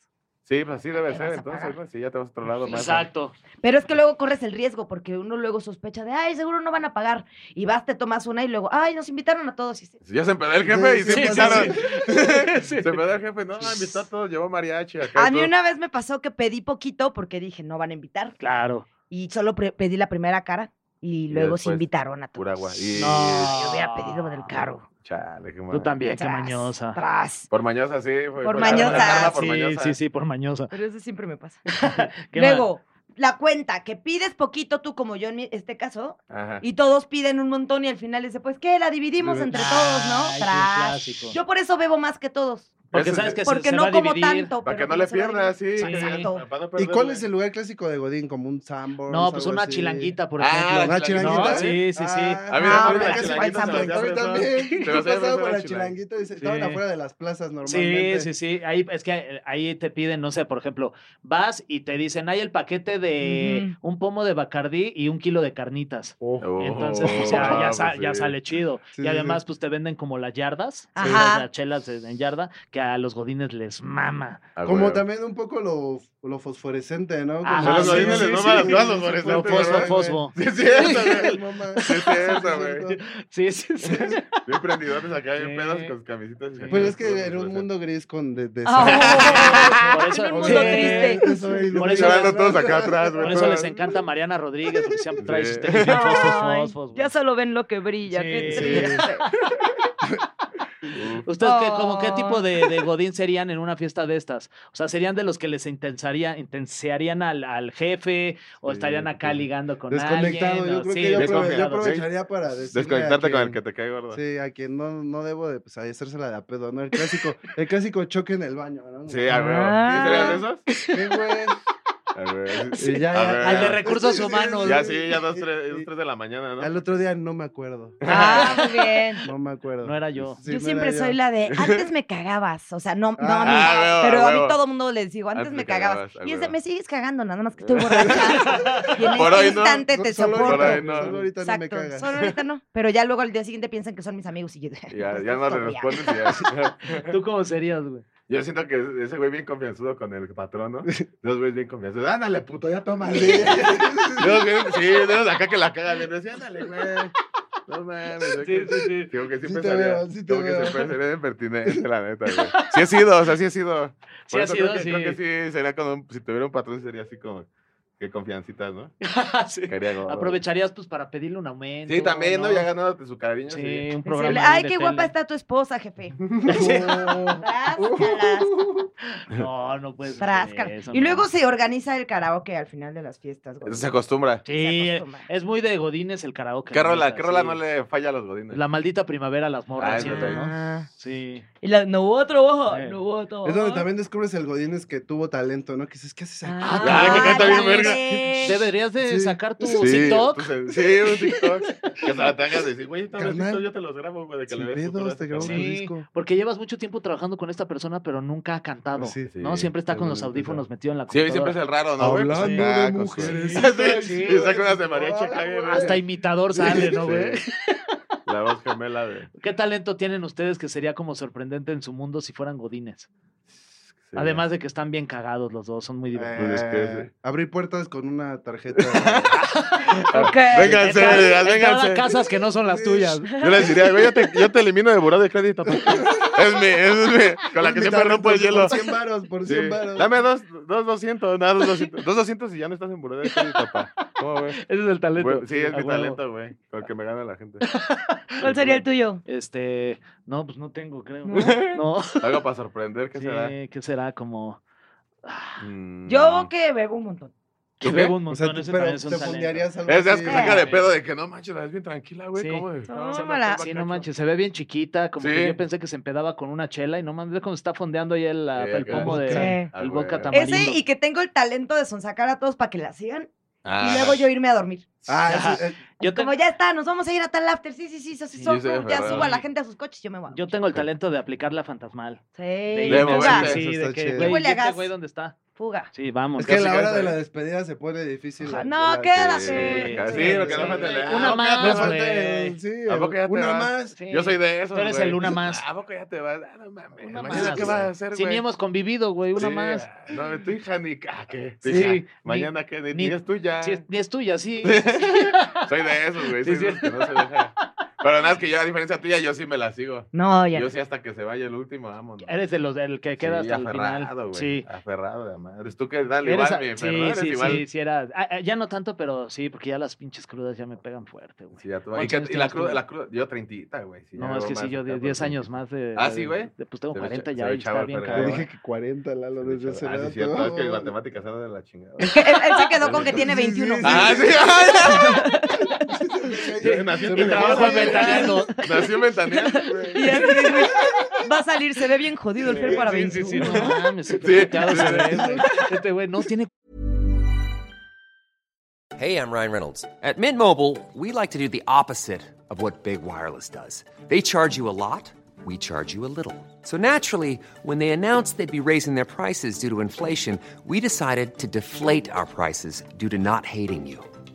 S4: Sí, pues así debe
S3: Te
S4: ser,
S3: vas a
S4: entonces,
S3: pagar.
S4: ¿no? Si ya te vas a otro lado más.
S2: Exacto.
S3: Pero es que luego corres el riesgo porque uno luego sospecha de, ay, seguro no van a pagar. Y vas, te tomas una y luego, ay, nos invitaron a todos. Y se-
S4: Ya se empedó el jefe y
S5: Sí,
S4: se
S5: sí,
S4: invitaron.
S5: sí.
S4: Se empedó el jefe, no, invitó a todos, llevó mariachi. Acá,
S3: A mí
S4: todo.
S3: una vez me pasó que pedí poquito porque dije, no van a invitar.
S2: Claro.
S3: Y solo pre- pedí la primera cara y
S4: Y
S3: luego se
S4: después,
S3: invitaron a todos.
S4: Pura agua. Y...
S2: No.
S3: Yo hubiera pedido del caro.
S4: Chale, qué mal.
S2: Tú también, qué
S3: Tras,
S2: mañosa.
S3: Tras.
S4: Por mañosa, sí. Fue,
S3: Por
S4: fue-
S3: mañosa.
S4: Carla Pues Por
S2: sí,
S4: mañosa.
S2: sí, sí, por mañosa.
S3: Pero eso siempre me pasa.
S2: ¿Qué
S3: Luego, la cuenta, que pides poquito tú como yo en mi- este caso,
S4: Ajá.
S3: y todos piden un montón y al final dice, pues, ¿qué? La dividimos
S5: Ay,
S3: entre
S2: más?
S3: todos, ¿no?
S2: Ay, sí,
S3: Tras.
S2: clásico.
S3: Yo por eso bebo más que todos.
S2: Porque
S4: Ese
S2: sabes
S4: es-
S2: que se-
S3: Porque
S2: se
S3: no
S2: va a
S3: como
S2: dividir.
S3: tanto. pero pues
S4: Para que no le
S3: se va a
S4: pierdas, sí.
S3: dividir.
S4: que-
S3: Exacto.
S4: para no
S5: ¿Y cuál
S4: perderle.
S5: es el lugar clásico de Godín? Como un Sambor.
S2: No, pues una chilanguita, por
S4: Ah,
S2: ejemplo.
S4: la
S5: ¿Una chilanguita?
S2: No, sí, sí, sí.
S4: A mí
S3: Ah,
S4: también
S3: pero
S4: la
S3: que se
S4: chilanguita
S3: faltan, pues.
S4: se me
S5: A mí
S4: hacía pesada.
S5: también.
S4: Se
S5: Yo
S4: me hacía
S5: pasaba por
S4: pesada
S5: la
S4: la chilanguita.
S5: chilanguita y se- estaban
S2: Sí.
S5: afuera de las plazas normalmente.
S2: Sí, sí, sí. Ahí, es que eh, ahí te piden, no sé, por ejemplo, vas y te dicen, hay el paquete de un pomo de Bacardí y un kilo de carnitas.
S4: Oh,
S2: Entonces, pues ya, ya,
S4: ah,
S2: sa-
S4: pues
S2: ya
S4: sí.
S2: sale chido.
S5: Sí,
S2: y
S5: sí,
S2: además, pues te venden como las yardas,
S3: Ajá.
S2: las, las chelas de- en yarda, que a los godines les mama.
S4: Ah,
S5: Como
S4: güey.
S5: también un poco lo, lo fosforescente, ¿no?
S2: Ajá,
S5: Como-
S2: Pero los
S4: godines les maman a todos los
S2: Pero
S4: fosforescentes,
S2: fosfo,
S4: ¿verdad?
S2: fosfo.
S4: Sí, es cierto, güey.
S5: mamá.
S4: Sí, es cierto, güey.
S2: Sí, sí, sí.
S4: Bien prendidores acá, bien
S2: Sí.
S4: pedos con sus camisetas. y
S5: Pero
S4: acá,
S5: Pues es que
S4: todos
S5: era un
S4: fosforescentes.
S5: mundo gris con... De, de-
S3: Ah,
S2: Por eso-
S3: Oh, en un
S2: sí,
S3: mundo triste.
S5: Eso es
S2: Por
S5: lo
S2: eso-
S5: que-
S4: Llorando todos acá atrás, güey.
S2: Por eso les
S4: todas.
S2: encanta Mariana Rodríguez, porque siempre trae sus
S4: Sí.
S2: tenis bien fosfos,
S3: Ay,
S2: fosfos, güey.
S3: ya solo ven lo que brilla. qué
S2: Sí.
S3: triste.
S4: Uf.
S2: ¿Ustedes qué, como qué
S3: Oh.
S2: tipo de, de godín serían en una fiesta de estas? O sea, ¿serían de los que les intensaría, intensearían al, al jefe o
S4: Sí,
S2: estarían acá
S4: sí.
S2: ligando con
S5: Desconectado.
S2: alguien?
S5: Yo
S2: o-
S5: creo
S2: sí,
S5: que yo, aprove- yo
S4: desconfiado, sí.
S5: aprovecharía para decirle a
S4: Desconectarte con el que
S5: quien-
S4: te cae gordo. Sí,
S5: Sí, a quien no, no debo de pues, ahí hacérsela de a pedo, ¿no? El clásico, el clásico choque en el baño, ¿no?
S4: a
S3: Ah.
S4: ver. ¿Sí serían de esos?
S5: Sí, güey.
S4: A ver.
S5: Y ya,
S4: A ver. Al de
S2: recursos humanos.
S4: Ya sí, ya dos, tres,
S5: Y-
S4: dos, tres de la mañana, ¿no?
S5: Al otro día no me acuerdo.
S3: Ah, muy bien.
S5: No me acuerdo.
S2: No era yo.
S5: Sí,
S3: yo
S5: no
S3: siempre
S5: era
S3: soy la de antes me cagabas. O sea, no, no a mí.
S4: Ah, a huevo,
S3: pero
S4: a
S3: a mí
S4: huevo.
S3: todo el mundo les digo, antes, me cagabas.
S4: a
S3: Y es de,
S4: huevo.
S3: me sigues cagando, nada más que estoy borracha. y en
S4: Por
S3: este
S4: hoy no.
S3: instante
S5: No,
S3: te
S5: solo
S3: soporto.
S4: Por
S5: ahorita,
S4: ahí no.
S5: Solo ahorita no me
S3: Exacto,
S5: cagas.
S3: solo ahorita no. Pero ya luego al día siguiente piensan que son mis amigos y yo.
S4: Ya, ya no le
S3: Sorry,
S4: respondes y ya.
S2: ¿Tú cómo serías, güey?
S4: Yo siento que e-, ese güey bien confianzudo con el patrón, ¿no? Dos güeyes bien confianzudos. Ándale, puto, ya tómale.
S5: Sí.
S4: Dos güeyes, sí, de esos acá que la cagan bien. Decía, ándale, güey. No mames. yo que-
S2: sí.
S4: Digo que siempre
S5: te
S4: salía.
S5: veo, sí te
S4: digo que
S5: veo.
S4: siempre sería impertinente, la neta, güey. Sí he sido, o sea, sí he sido.
S2: Sí,
S4: Por
S2: ha
S4: eso
S2: sido,
S4: creo que,
S2: sí.
S4: Creo que sí, sería con un, si tuviera un patrón, sería así como, que confiancitas, ¿no?
S2: Ah, Sí.
S4: Caería gordo.
S2: Aprovecharías pues para pedirle un aumento.
S4: Sí, también, ¿no? Ya ganándote su cariño.
S2: Sí,
S4: Sí.
S2: un programa.
S3: Decirle,
S2: ahí
S3: Ay,
S2: de
S3: qué guapa
S2: tele".
S3: está tu esposa, jefe.
S5: No.
S3: Tras, calas,
S2: No, no puedes.
S3: tras, calas. Y luego se organiza el karaoke al final de las fiestas. güey.
S4: Eso se acostumbra.
S2: Sí,
S3: se acostumbra.
S2: es muy de godines el karaoke.
S4: ¿Qué
S2: la
S4: rola,
S2: neta,
S4: qué rola
S2: sí.
S4: no le falla a los godines?
S2: La maldita primavera, las morras,
S4: Ah, eso
S2: ¿cierto,
S4: también.
S2: no?
S3: Ah.
S2: Sí.
S3: Y la, no hubo trabajo,
S2: Sí.
S3: no hubo trabajo.
S5: Es donde también descubres el Godínez que tuvo talento, ¿no? Que dices, ¿qué haces aquí?
S3: Ah,
S4: Ah, que canta bien verga.
S3: también.
S2: Deberías de
S5: Sí.
S2: sacar tu
S4: Sí, pues,
S2: TikTok.
S4: entonces, sí, un TikTok. Que hasta te hagas decir, güey, estos
S5: Carnal,
S4: TikTok yo te los grabo, güey, de que le
S5: Sin
S4: ves tú
S5: pedos,
S4: todas
S5: te
S4: esas
S5: grabo tu
S4: cosas.
S2: Sí.
S5: disco.
S2: Porque llevas mucho tiempo trabajando con esta persona, pero nunca ha cantado.
S5: Sí,
S4: sí,
S2: ¿no? Siempre está con los
S5: seguramente
S2: audífonos
S5: sí.
S2: metido en la
S4: Sí, hoy siempre es
S2: computadora.
S4: el raro, ¿no, güey? Pues
S5: Hablando
S4: acá,
S5: de
S4: con
S5: mujeres.
S4: su- Sí,
S2: Sí,
S4: y saca unas de mariachi acá, güey.
S2: Hasta imitador sale, ¿no,
S4: Sí,
S2: güey?
S4: La voz gemela de...
S2: ¿Qué talento tienen ustedes que sería como sorprendente en su mundo si fueran godines?
S4: Sí.
S2: Además de que están bien cagados los dos, son muy divertidos.
S4: Pues es que
S5: Eh,
S4: es-
S5: Abrir puertas con una tarjeta.
S3: Ok.
S4: Vénganse,
S2: Entrar-
S4: vénganse.
S2: entrar a casas que no son las tuyas.
S4: Yo les diría, güey, yo te, yo te elimino de buró de crédito. papá. Es mi, es mi, con la que
S5: Mi
S4: siempre rompo el
S5: tarjeta
S4: hielo.
S5: Por 100 varos, por
S4: Sí.
S5: 100 varos.
S4: Dame dos, dos 200, nada, dos 200. Dos 200 y ya no estás en buró de crédito, papá. ¿Cómo ves?
S2: Ese es el talento.
S4: Güey, sí, es
S2: a
S4: mi
S2: huevo.
S4: talento, güey. Con el que me gana la gente.
S3: ¿Cuál sería el tuyo?
S2: Este, no, pues no tengo, creo.
S3: ¿No?
S2: No,
S4: Algo para sorprender, ¿qué
S2: Sí,
S4: será?
S2: ¿qué será? Como
S4: Mm.
S3: Yo que bebo un montón.
S2: que
S4: ¿Tú qué?
S2: bebo un
S5: O sea,
S2: montón,
S5: tú-
S2: ese
S5: pero
S2: también es un
S5: te
S2: talento.
S5: fondearías algo
S4: Es de las
S5: así.
S4: que saca de pedo de que no manches, la ves bien tranquila, güey.
S2: Sí.
S4: ¿Cómo?
S3: Tómala.
S4: Estaba echando coca
S2: Sí,
S4: acá,
S2: no manches, se ve bien chiquita, como que
S4: Sí.
S2: yo pensé que se empedaba con una chela y no mames, ve cómo está fondeando ahí el, ah,
S4: Sí,
S2: el
S4: acá.
S2: pomo de
S3: Sí.
S4: Ah,
S2: el
S4: güey.
S2: boca tamarindo.
S3: Ese y que tengo el talento de sonsacar a todos para que la sigan
S4: Ah.
S3: y luego yo irme a dormir.
S5: Ah, eso- eh,
S2: yo, te-
S3: Como ya está, nos vamos a ir a tal after. Sí, sí, sí, sí, sí,
S2: Sí,
S3: soco,
S4: sí, es
S3: ya
S4: verdad.
S3: suba a la gente a sus coches, yo me voy. a
S2: yo
S3: dormir.
S2: tengo el talento de aplicar la fantasmal.
S3: Sí.
S2: De
S4: De
S2: irme así,
S4: moverte.
S2: sí,
S5: Eso
S2: de
S5: está
S2: que,
S5: chido.
S2: güey,
S3: Huele a
S2: ¿y este
S3: gas.
S2: güey dónde está?
S3: Fuga.
S2: Sí, vamos.
S5: es que a la
S4: casi,
S5: hora
S4: casi.
S5: de la despedida se pone difícil.
S3: Ajá,
S5: la-
S3: no,
S5: la-
S3: quédate.
S4: Sí,
S2: Sí,
S4: lo que
S2: sí.
S4: no falta le-
S2: Una
S4: ¿A poco ya
S2: más,
S4: te
S5: No
S4: vas?
S5: falta
S2: Pues, güey.
S5: el- sí,
S4: ¿A poco ya te
S5: una
S4: vas?
S5: más.
S2: Sí.
S4: Yo soy de esos,
S2: Tú eres
S4: güey.
S2: el una más.
S4: ¿A poco ya te vas? Ah, no mames.
S2: Una
S4: Mañana,
S2: más.
S4: ¿qué vas a hacer,
S2: Si
S4: güey?
S2: ni hemos convivido, güey, una
S4: Sí,
S2: más.
S4: ah, No, es tu hija ni... Ah, ¿qué? Tu
S2: Sí,
S4: hija.
S2: ni-
S4: Mañana, ¿qué? Ni, ni
S2: ni-
S4: es tuya.
S2: Sí, es- ni es tuya, sí.
S4: Soy de esos, güey.
S2: Sí,
S4: Soy de esos
S2: sí.
S4: que no se deja. Pero nada, es que yo, a diferencia tuya, yo sí me la sigo.
S3: No, ya.
S4: Yo sí hasta que se vaya el último, vámonos.
S2: Eres de los del que queda
S4: Sí,
S2: hasta el final.
S4: aferrado, güey,
S2: Sí.
S4: Aferrado de la madre. Tú que dale
S2: Eres a-
S4: igual, mi
S2: sí,
S4: Ferrari,
S2: sí,
S4: igual.
S2: sí, sí era- ah, ah, ya no tanto, pero sí, porque ya las pinches crudas ya me pegan fuerte, güey.
S4: Sí, ya tú- Y,
S2: ¿Cuántos
S4: que-
S2: años
S4: y la
S2: tienes
S4: cruda,
S2: tú?
S4: la cruda, yo treintita, güey. sí, ya
S2: No, es
S4: llevo
S2: que sí,
S4: más
S2: yo
S4: acá,
S2: de 10
S4: porque-
S2: años más de...
S4: Ah, sí,
S2: de-
S4: güey.
S2: de- Pues tengo
S4: Se ve cha-
S2: 40
S4: se
S2: ya y
S4: ve
S2: está
S4: chavo el
S2: bien
S4: Ferrari.
S5: Te
S2: cabrón.
S5: dije que 40, Lalo, desde ese
S4: Ah, sí,
S5: rato.
S4: cierto, es que en matemáticas era de la chingada.
S3: Él se quedó con que tiene
S5: Sí, sí,
S3: 21.
S5: sí.
S4: ¡Ah, sí!
S5: Sí, sí, sí, sí,
S4: Yo nací
S5: se
S4: en
S5: me
S4: el trabajo
S5: olvidó.
S4: ventaneando. Nació ventaneando.
S3: Y así de, güey, va a salir, se ve bien jodido el Fer para
S2: Sí, sí, sí,
S3: 21.
S2: no mames, qué
S4: Sí.
S2: pecado se ve, güey. Este güey no tiene
S6: Hey, I'm Ryan Reynolds. At Mint Mobile, we like to do the opposite of what Big Wireless does. They charge you a lot, we charge you a little. So naturally, when they announced they'd be raising their prices due to inflation, we decided to deflate our prices due to not hating you.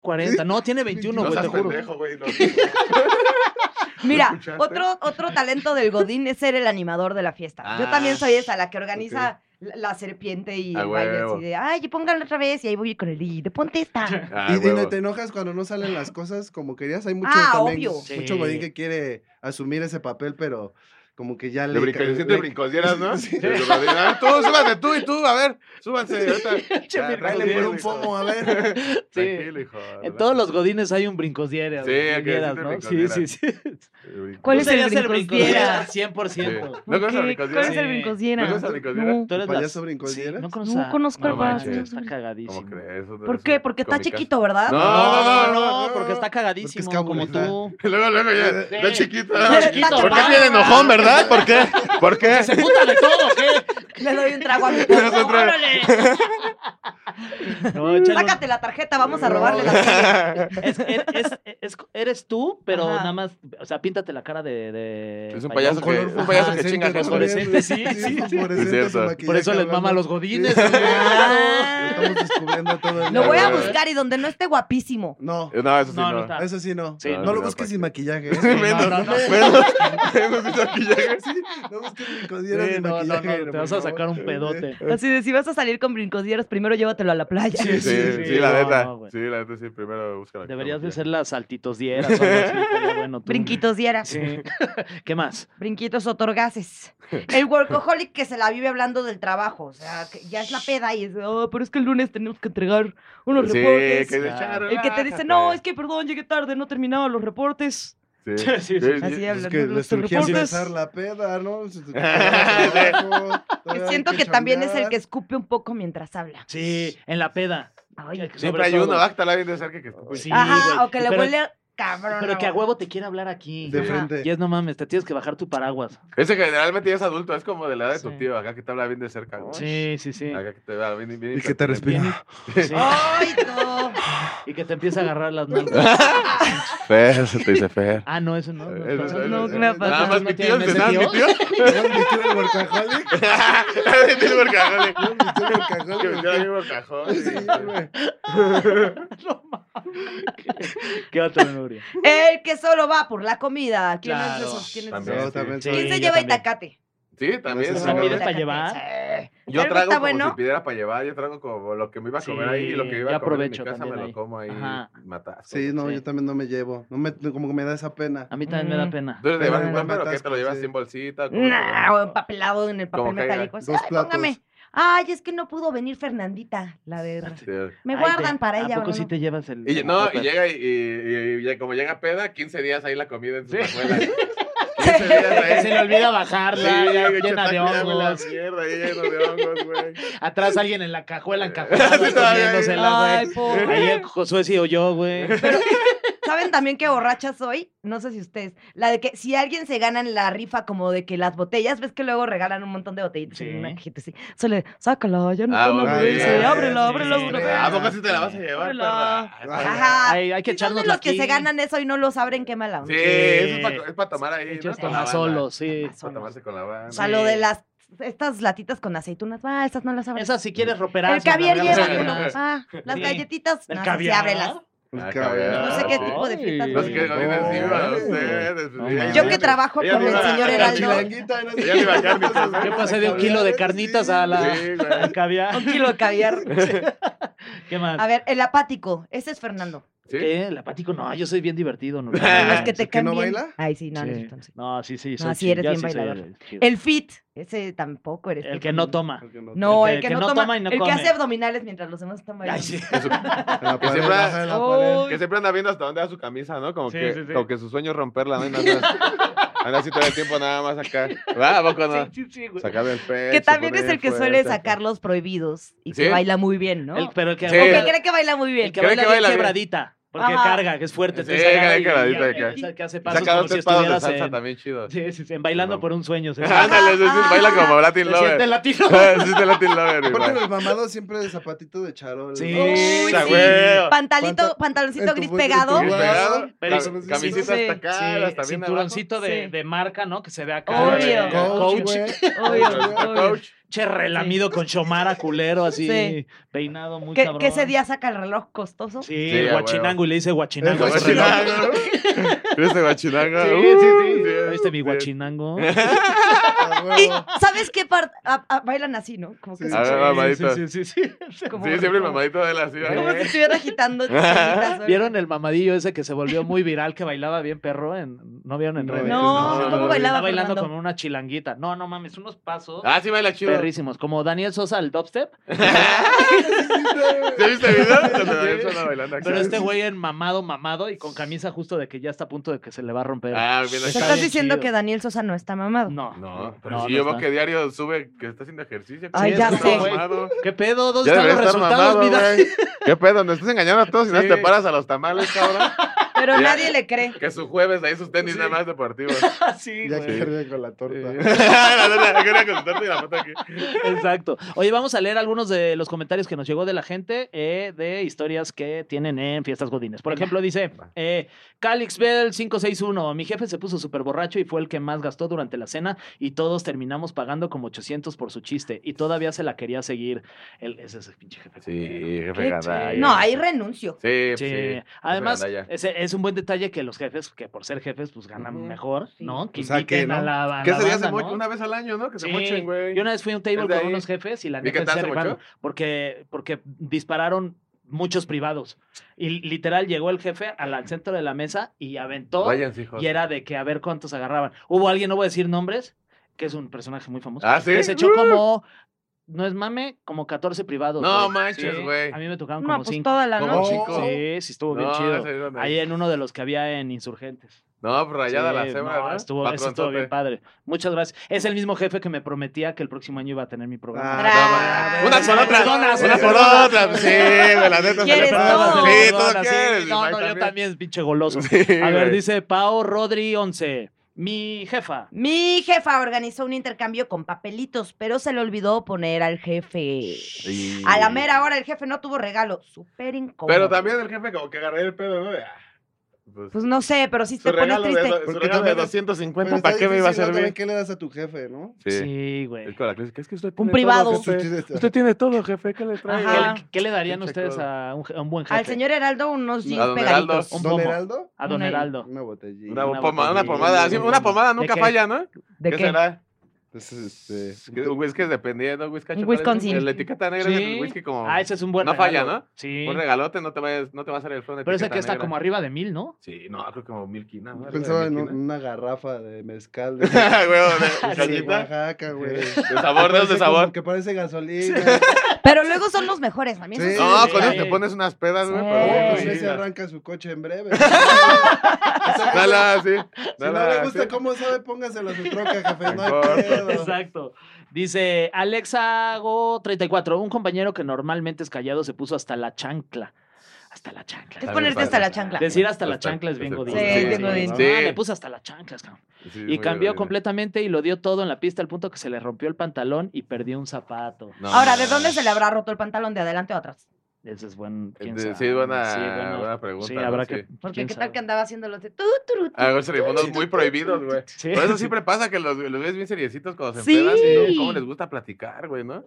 S2: 40, no, tiene 21,
S4: No
S2: güey, te
S4: seas
S2: juro.
S4: pendejo, güey. no.
S3: Mira,
S4: escuchaste?
S3: otro, otro talento del Godín es ser el animador de la fiesta. Yo también soy esa, la que organiza la la serpiente y
S4: Ah, A
S3: el baile
S4: huevo.
S3: así de, ay, y pónganlo otra vez y ahí voy con el de ponte esta.
S4: Ah,
S5: Y, y
S4: huevo.
S5: te enojas cuando no salen las cosas como querías. Hay mucho
S3: Ah,
S5: también,
S3: obvio.
S5: mucho
S2: Sí.
S5: godín que quiere asumir ese papel, pero como que ya
S4: De brincones, de
S5: le-
S4: brinconeras, ¿no? De brinconeras. Tú, súbate tú y tú, a ver, súbanse. Ahorita. Ya, Tráele por un pomo, a ver. Tranquilo, hijo.
S2: En todos los godines hay un brincosdiera.
S4: Sí,
S2: güey,
S4: hay que
S2: vinieras,
S4: decirle
S2: ¿no? Sí, sí, sí.
S4: los.
S3: ¿Cuál es
S2: Tú
S3: el
S2: serías
S3: brincosdiera?
S4: Sí.
S2: 100%.
S4: ¿No conoces a
S3: ¿Qué?
S4: Brincosdiera?
S3: ¿Cuál es
S2: Sí.
S3: el brincosdiera?
S4: ¿No conoces a Brincosdiera?
S3: No.
S2: Tú eres
S5: payaso
S2: las-
S5: brincosdiera?
S2: Sí, no
S3: No,
S2: conozco,
S3: conozco al
S2: payaso.
S4: payaso.
S2: Está
S4: ¿Cómo
S2: cagadísimo.
S4: crees? Eso
S3: ¿Por
S4: es
S3: qué?
S4: un
S3: Porque está
S4: comicazo.
S3: chiquito, ¿verdad?
S4: No, no, no, no, no.
S2: porque está
S5: Porque
S2: cagadísimo,
S5: es
S2: como
S5: cabulita.
S2: tú.
S4: Luego, luego ya.
S5: Sí.
S4: La chiquita.
S3: La chiquita,
S4: ¿Por qué
S3: papá.
S4: viene enojón, verdad? ¿Por qué? ¿Por qué?
S2: ¡Se puta de todo, qué!
S3: Le doy un trago a mi
S4: Tienes
S3: esposo,
S4: un trago.
S3: ¡órale!
S2: No, échale un-
S3: Sácate la tarjeta, vamos a robarle la tarjeta.
S2: Es- es- es- es- eres tú, pero
S3: Ajá.
S2: nada más, o sea, píntate la cara de... de
S4: Es un payaso que,
S5: Color
S4: un payaso que
S5: fosforescente
S4: chinga gente.
S5: también,
S2: fosforescente,
S5: güey.
S2: sí, sí, sí.
S5: fosforescente,
S4: Es cierto.
S5: su maquillaje
S2: Por eso les
S5: hablando.
S2: mama a los godines.
S5: Sí.
S3: Ah.
S5: Lo Estamos descubriendo a todo el
S3: Lo voy a
S4: Ay, güey.
S3: buscar y donde no esté guapísimo.
S5: No,
S4: No, eso sí
S2: No, no
S4: no.
S2: está.
S5: eso sí no.
S2: Sí,
S5: no,
S4: no,
S5: lo
S4: no,
S5: busques
S4: ¿para
S5: sin
S4: qué?
S5: maquillaje.
S4: Sí, menos,
S2: no, no.
S4: menos, menos sin maquillaje.
S5: Sí, no busques brincosdiera
S2: Sí,
S5: sin
S2: no, no, no,
S5: maquillaje.
S2: te vas a sacar un pedote.
S3: Así de, si vas a salir con brincosdieras, primero llévatelo a la playa.
S4: Eh. Sí,
S2: sí,
S4: sí,
S2: sí.
S4: la
S2: No,
S4: neta.
S2: no, güey.
S4: sí, la neta, sí. Primero busca la
S2: Deberías de
S4: maquillaje.
S2: ser las saltitos dieras. o algo así, pero bueno, tú-
S3: Brinquitos dieras.
S2: Sí. ¿Qué más?
S3: Brinquitos otorgaces. El workaholic que se la vive hablando del trabajo. O sea, que ya es la peda y es, "Ah, pero es que el lunes tenemos que entregar unos
S4: Sí,
S3: reportes.
S4: que
S2: Ah.
S4: echaron.
S3: El que te dice, no, es que perdón, llegué tarde, no terminaba los reportes.
S4: Sí,
S2: Sí, sí, sí.
S3: Así
S5: Pues Es
S3: hablando
S5: que
S3: de
S5: le
S3: los
S5: surgía
S3: reportes.
S5: empezar la peda, ¿no?
S3: Que Eh, siento que también es el que escupe un poco mientras habla.
S2: Sí, en la peda.
S3: Ay,
S2: Ay,
S4: Siempre
S2: sobre
S4: hay
S2: todo.
S4: uno, ah, báctala bien de cerca que escupe.
S2: Sí,
S3: Ajá,
S2: güey,
S3: o que le
S2: pero-
S3: huele cabrón.
S2: Pero que a huevo te quiere hablar aquí.
S5: De
S4: Sí.
S5: frente.
S2: Y es no mames, te tienes que bajar tu paraguas.
S4: Ese generalmente ya es adulto, es como de la edad de tu
S2: Sí.
S4: tío, acá que te habla bien de cerca. güey.
S2: Sí, sí, sí.
S4: Acá que te habla bien, bien
S5: Y que te respira.
S2: sí.
S3: Ay, no.
S2: Y que te empieza a agarrar las nalgas.
S4: Fer, se te dice Fer.
S2: Ah, no, eso no. no
S4: Eso,
S2: pasa.
S4: eso,
S3: No,
S4: eso.
S3: ¿qué me pasa?
S4: Nada más
S2: ¿No
S4: mi tío,
S2: tienen ese
S4: nada más mi
S2: tío?
S4: tío.
S5: el workaholic?
S4: Mi tío el cajón.
S5: ¿No admitió el
S4: Que me
S5: workaholic?
S4: el mismo cajón.
S5: Sí, güey.
S2: No mames. ¿Qué otra memoria?
S3: El que solo va por la comida. ¿Quién es
S2: Claro.
S3: de esos? ¿Quién es de
S4: También.
S3: esos?
S5: No, también
S2: Sí,
S5: soy-
S3: ¿Quién
S2: yo
S3: se lleva
S2: también.
S3: itacate?
S4: Sí, también.
S5: Eso
S4: sí,
S5: es
S4: güey.
S2: ¿Pides para llevar?
S3: Sí.
S4: Yo
S3: Pero
S4: trago
S3: está
S4: como
S3: bueno.
S4: si pidiera para llevar, yo trago como lo que me iba a comer
S2: Sí,
S4: ahí y lo que me iba a
S2: yo
S4: comer en mi
S2: aprovecho
S4: casa me
S2: también
S4: lo
S2: ahí.
S4: como ahí
S2: Ajá.
S4: matas.
S5: Sí, no,
S2: Sí.
S5: yo también no me llevo. No me, como que me da esa pena.
S2: A mí también me da
S3: Mm.
S2: pena.
S4: ¿Tú eres de llevar
S5: Pero
S4: un
S5: no
S4: pero
S5: matas,
S4: que te lo llevas
S5: sí.
S4: sin bolsita? como
S3: Nah,
S4: que-
S3: o empapelado en el papel
S4: Como que
S3: metálico.
S5: dos
S3: Así, "Ay,
S5: platos.
S3: póngame". Ay, es que no pudo venir Fernandita, la de.
S4: Sí.
S3: Me
S2: Ay,
S3: guardan
S2: te-
S3: para
S2: ¿A
S3: ella.
S2: poco
S3: ¿o
S2: sí
S3: no?
S2: te llevas el.?
S4: Y,
S2: el
S4: no, y
S2: tupper?
S4: llega y, y- y- y como llega peda, 15 días ahí la comida en su
S2: Sí.
S4: escuela. 15 días ahí.
S2: Se le olvida bajarla,
S4: Sí,
S2: ya
S4: güey,
S2: llena
S4: chataco,
S2: de
S4: ya huele a
S2: hongos.
S4: mierda, ahí lleno de hongos, güey.
S2: Atrás alguien en la cajuela
S4: Sí,
S2: encajonada
S4: todavía ahí.
S2: comiéndosela,
S3: Ay,
S2: güey.
S3: pobre.
S2: Ahí el Josué sí oyó, güey.
S3: ¿Saben también qué borracha soy? No sé si ustedes. La de que si alguien se gana en la rifa, como de que las botellas, ves que luego regalan un montón de botellitas
S2: Sí.
S3: en una cajita así. Solo, sácala, ya no
S4: Ah,
S3: tengo
S4: bueno,
S3: nada de
S4: sí,
S3: eso,
S4: sí, Ah,
S3: Ábrela,
S2: sí,
S3: ábrela
S2: sí.
S3: otra vez.
S4: ¿A poco sí te la vas a llevar,
S3: Ábrela.
S4: perra?
S3: Ajá.
S2: Ay, hay que
S3: Sí, son de
S2: echarnos
S3: los
S2: aquí.
S3: que se ganan eso y no lo saben, qué mala onda.
S4: Sí, eso es para, tomar ahí.
S2: Ellos
S4: ¿no? Con la
S2: toman
S4: banda.
S2: solo, sí.
S4: Para tomarse con la banda.
S3: O sea, lo de las estas latitas con aceitunas, ah, estas no las abren.
S2: Esas si quieres roperar.
S3: El caviar
S4: regalas a
S3: lleva,
S4: alguien
S3: ¿no?
S4: más.
S3: Ah, las
S2: Sí.
S3: galletitas,
S2: El
S3: no, esas sí
S2: caviar.
S3: ábrelas.
S5: Pues,
S4: Ah,
S5: cabrón.
S4: cabrón.
S3: No sé qué
S4: sí.
S3: tipo de fiestas.
S4: No sé qué godines
S5: No,
S4: iban
S5: güey.
S4: ustedes. pues,
S5: No,
S4: Ella-
S5: mames.
S3: Yo que trabajo
S4: Ella
S3: con
S4: le
S3: el
S4: iba a-
S3: señor
S4: a
S3: Heraldo.
S5: Chilanguita, no sé
S4: Ella le iba a
S5: qué.
S4: carnitas.
S2: Yo pasé de un kilo de carnitas a la
S4: Sí,
S2: a
S4: güey.
S2: caviar.
S3: Un kilo de caviar.
S2: ¿Qué más?
S3: A ver, el apático. Ese es Fernando.
S4: Sí.
S2: ¿Qué? ¿El apático? No, yo soy bien divertido. Ah, No,
S3: Los que
S5: ¿es el
S3: te
S5: que
S3: caen
S5: no
S3: bien.
S5: baila?
S3: Ay, sí, no, no,
S2: Sí.
S3: entonces.
S2: No, sí, sí.
S3: No,
S2: soy
S3: sí
S2: chi-
S3: eres
S2: yo
S3: bien
S2: soy
S3: bailador.
S2: chido.
S3: El fit. Ese tampoco eres.
S2: El
S3: tú
S2: que no
S3: también.
S2: toma.
S3: No, el,
S2: el
S3: que,
S2: que
S3: no toma,
S2: y no
S3: el que
S2: come.
S3: hace abdominales mientras los demás están bailando.
S2: Ay, sí.
S5: En la
S4: Que
S5: pared,
S4: siempre-
S5: ajá, en la
S3: Oh.
S5: pared.
S4: Que siempre anda viendo hasta dónde da su camisa, ¿no? Como,
S2: Sí,
S4: que,
S2: sí, sí.
S4: como que su sueño es romperla, ¿no? Y nada más- Anda así todo el tiempo nada más acá. ¿Verdad? ¿A poco no?
S2: Sí, sí, sí, güey.
S4: Sacarle el pecho.
S3: Que también es
S4: poner
S3: el que suele
S4: fuerte.
S3: sacar los prohibidos y
S4: ¿Sí?
S3: que baila muy bien, ¿no?
S2: El- pero el que,
S4: Sí.
S3: O
S2: el
S3: que
S4: Pero-
S3: cree que baila muy bien.
S2: que
S4: cree que
S2: baila bien
S4: baila bien.
S2: quebradita. Porque
S3: Ajá.
S2: carga, que es fuerte.
S4: Sí,
S2: entonces agarra
S4: que
S2: y-
S4: quebradita,
S2: y-
S4: que-
S2: y- y- que hace
S4: Y
S2: pasos
S4: Saca
S2: como
S4: dos,
S2: si
S4: tres pasos de
S2: estuvieras
S4: salsa
S2: en,
S4: también Ah, chido.
S2: sí, sí, sí, en Bailando
S4: No.
S2: por un sueño. se-
S4: Ándale, es decir, baila como Latin
S2: Se siente
S4: Lover.
S2: latino.
S4: Sí, es de Latin Lover,
S5: Aparte
S4: igual.
S5: los mamados siempre de zapatito de charol.
S2: Sí.
S5: ¿no?
S3: Uy,
S4: Esa,
S3: sí.
S4: güey.
S3: Pantalito,
S5: Pantal-
S3: pantaloncito
S5: en tu
S3: gris
S5: bu-
S3: pegado.
S5: en tu
S4: Bien
S5: Wow.
S4: pegado,
S2: Pero
S4: cam-
S2: sí, sí,
S4: camisita
S3: sí.
S4: hasta acá, hasta bien abajo.
S2: cinturoncito de,
S3: Sí.
S2: de marca, ¿no? Que se ve acá.
S3: Obvio.
S2: de-
S5: Coach,
S2: coach.
S5: güey.
S3: Obvio,
S4: Coach,
S3: obvio.
S4: coach.
S2: Che, relamido con Shomara culero, así.
S3: Sí.
S2: Peinado muy
S3: Que,
S2: cabrón.
S3: que ese día saca el reloj costoso.
S2: Sí,
S4: Sí,
S2: el
S4: a
S2: guachinango, y le dice guachinango. a
S4: Eres
S2: ese reloj.
S4: guachinango. Eres de guachinango.
S2: Sí,
S4: Uh,
S2: sí, sí.
S4: sí,
S2: ¿Viste mi
S4: sí.
S2: guachinango?
S5: A huevo.
S3: Y ¿sabes qué parte? a- a- Bailan así, ¿no? Como que
S5: Sí.
S3: se-
S4: A ver, mamadito.
S2: Sí, sí, sí. sí.
S3: como-
S4: Sí, siempre el
S3: como-
S4: mamadito de la ciudad.
S3: Como si estuviera agitando. chispitas, güey.
S2: ¿Vieron el mamadillo ese que se volvió muy viral, que bailaba bien perro? en- ¿No vieron en
S5: No,
S2: redes?
S3: No,
S4: ¿cómo
S3: bailaba,
S2: Está bailando
S3: Fernando?
S2: como una chilanguita. No, no mames, unos pasos
S4: Ah, sí baila chido. ¿Sí
S2: perrísimos. Como Daniel Sosa al dubstep,
S4: viste el video? Donde Daniel Sosa bailando acá.
S2: pero este güey en mamado, mamado y con camisa justo de que ya está a punto de que se le va a romper.
S4: Ah, bien
S3: ¿Me
S2: Está
S3: estás
S2: bien
S3: diciendo
S2: chido.
S3: que Daniel Sosa no está mamado?
S2: No.
S4: No, pero
S2: No,
S4: si
S2: no
S4: yo veo
S2: está.
S4: que diario sube que está haciendo ejercicio.
S3: Ay,
S4: que
S3: ya
S4: está
S3: sé.
S4: mamado.
S2: ¿Qué pedo? ¿Dónde
S4: Ya
S2: están los
S4: debería estar
S2: resultados,
S4: mamado,
S2: vida?
S4: güey. ¿Qué pedo? Nos estás engañando a todos y no
S2: Sí.
S4: te paras a los tamales, cabrón.
S3: Pero
S4: Ya.
S3: nadie le cree.
S4: Que su jueves ahí sus tenis nada más deportivos.
S2: Ah, sí,
S5: Ya
S2: güey.
S5: que carga con la torta.
S4: la neta, quería contestarte y la foto aquí.
S2: Exacto. Oye, vamos a leer algunos de los comentarios que nos llegó de la gente eh, de historias que tienen en Fiestas Godines. Por ejemplo, dice eh, Calix Bell 561. Mi jefe se puso súper borracho y fue el que más gastó durante la cena y todos terminamos pagando como 800 por su chiste y todavía se la quería seguir. El, ese es el pinche jefe. culero.
S4: Sí,
S3: Qué
S4: jefe
S3: chido.
S4: gandalla.
S3: No, ahí renuncio.
S4: Sí, pues
S2: Sí.
S4: sí.
S2: Además,
S4: gandalla.
S2: ese es un buen detalle que los jefes, que por ser jefes, pues ganan
S4: Ujú. Pues,
S2: mejor,
S3: Sí.
S2: ¿no? Que
S5: O sea, que,
S2: inviten a
S5: ¿no?
S2: la, a
S4: ¿Qué
S2: la
S4: sería?
S2: banda,
S4: Se mocha
S2: ¿no?
S4: una vez al año, ¿no? Que se
S2: Sí.
S4: mochen, güey.
S2: Yo una vez fui a un table
S4: Es de
S2: con
S4: ahí.
S2: unos jefes y la
S4: ¿Y
S2: neta
S4: qué tal
S2: se
S4: se
S2: rifaron
S4: mochó?
S2: porque, porque dispararon muchos privados. Y literal llegó el jefe al, al centro de la mesa y aventó.
S4: Váyanse, hijos.
S2: Y era de que a ver cuántos agarraban. Hubo alguien, no voy a decir nombres, que es un personaje muy famoso.
S4: Ah, ¿sí?
S2: Que se echó
S4: Uh.
S2: como, no es mame, como 14 privados.
S4: No
S2: güey.
S4: manches,
S2: Sí,
S4: güey.
S2: A mí me tocaron
S3: No,
S2: como
S3: pues
S2: 5.
S3: toda la
S4: Como
S3: noche.
S4: chico.
S2: Sí, sí, estuvo bien
S4: No,
S2: chido.
S4: se dieron ahí.
S2: Ahí en uno de los que había en Insurgentes.
S4: No, pues, rayada la
S2: Sí,
S4: cebra,
S2: no,
S4: ¿no?
S2: estuvo, eso estuvo bien padre.
S4: Patronzote.
S2: Muchas gracias. Es el mismo jefe que me prometía que el próximo año iba a tener mi programa.
S3: Bravo. eh.
S4: Ah, no, man. Unas por otras.
S2: Perdonas,
S4: Unas por
S2: perdonas.
S4: otras. Sí, güey, la neta. se le
S3: Quieres
S4: pasa.
S3: todo.
S4: Sí, todo
S2: Perdonas, sí.
S4: quieres.
S2: No,
S4: Mike
S2: no, yo también, pinche goloso.
S4: Sí,
S2: a ver,
S4: güey.
S2: dice Pao Rodri 11. Mi jefa.
S3: Mi jefa organizó un intercambio con papelitos, pero se le olvidó poner al jefe.
S4: Sí.
S3: A la mera hora el jefe no tuvo regalo. Súper incómodo.
S4: Pero también el jefe como que agarré el pedo, ¿no? De, ah, Pues,
S3: Pues no sé, pero sí
S4: su
S3: te pones
S4: regalo de,
S3: triste.
S4: do- su
S5: Porque
S4: regalo de
S5: también es-
S4: 250,
S5: Pero
S4: ¿para
S5: está
S4: qué me iba a
S5: difícil, ¿no?
S4: servir?
S5: También, ¿Qué le das a tu jefe, no?
S2: Sí, güey.
S4: Es con la clase, que es que usted
S3: Un
S4: tiene
S3: privado.
S4: todo, jefe.
S5: Sí, sí, sí.
S4: Usted tiene todo, jefe. ¿Qué le trae?
S3: Ajá.
S2: ¿Qué, qué le darían
S4: Pinche
S2: ustedes
S4: cosa.
S2: a un, je- a un buen jefe?
S3: Al señor Heraldo unos
S4: A
S3: jeans
S4: don Heraldo.
S3: pegaditos.
S2: Un
S5: ¿Don
S2: pomo.
S5: Heraldo?
S2: A don
S3: Una-
S2: Heraldo.
S5: Una botellita.
S4: Una,
S2: Una
S4: pomada, una
S2: botellita.
S4: pomada. sí, una pomada nunca
S2: qué?
S4: falla, ¿no?
S3: ¿De qué?
S4: será?
S5: Pues, este,
S4: Que- un whisky es dependiendo, whisky.
S3: Un
S4: chaparrito,
S3: Wisconsin.
S4: La etiqueta negra es
S2: Sí.
S4: el whisky como
S2: Ah, ese es un buen
S4: No falla,
S2: regalo.
S4: ¿no?
S2: Sí.
S4: un regalote, no te, vayas, no te va a hacer el flow de
S2: Pero ese
S4: etiqueta
S2: que está
S4: negra.
S2: como arriba de mil, ¿no?
S4: Sí, no, creo que como mil quinas. ¿no?
S5: yo
S4: Arriba de
S5: pensaba en
S4: mil
S5: un-
S4: quinas.
S5: una garrafa de mezcal. De,
S4: Huevo, de- de
S5: de
S4: cañita.
S5: Oaxaca, güey.
S4: De sabor, no es
S5: Parece
S4: de
S5: como
S4: sabor.
S5: Que parece gasolina.
S3: Pero luego son los mejores también.
S5: Sí.
S3: eso
S4: No,
S2: Sí,
S4: con
S2: sí.
S4: eso te pones unas pedas, güey.
S3: Sí.
S4: pero bueno,
S5: No
S4: sí,
S5: sé
S4: la-
S5: si pues, arranca su coche en breve. O sea,
S4: Dala, sí.
S5: Si no
S4: dala,
S5: le gusta
S4: sí.
S5: cómo sabe, póngaselo a su troca, jefe. No
S4: Corto.
S5: hay pedo.
S2: Exacto. Dice Alexago34, un compañero que normalmente es callado se puso hasta la chancla. Hasta la chancla.
S3: Es
S4: También
S3: ponerte hasta
S4: pasa.
S3: la chancla.
S2: Decir hasta la
S4: Hasta-
S2: chancla es bien
S4: hasta-
S2: godín.
S3: Sí, es bien godín.
S2: No,
S4: Sí.
S2: me puse hasta las chanclas, cabrón.
S4: Sí,
S2: Y
S4: muy
S2: cambió
S4: bien.
S2: completamente y lo dio todo en la pista al punto que se le rompió el pantalón y perdió un zapato.
S4: No,
S3: Ahora,
S4: no,
S3: ¿de
S4: no.
S3: dónde se le habrá roto el pantalón? ¿De adelante o atrás?
S2: Ese es buen. quién
S4: Eh, Sí,
S2: sabe,
S4: buena-
S2: bueno,
S4: buena pregunta,
S2: Sí,
S4: ¿no?
S2: habrá
S4: Sí.
S2: que.
S3: Porque
S2: quién
S3: qué tal
S2: sabe.
S3: que andaba haciendo los de tú, tú, tú,
S4: A ver,
S3: tú,
S4: serifonos
S3: tú,
S4: muy
S3: tú,
S4: prohibidos,
S3: tú,
S4: güey.
S2: Sí.
S4: Por eso siempre pasa que los, los ves bien seriecitos cuando se
S3: Sí.
S4: empedan. y no- ¿Cómo les gusta platicar, güey, no?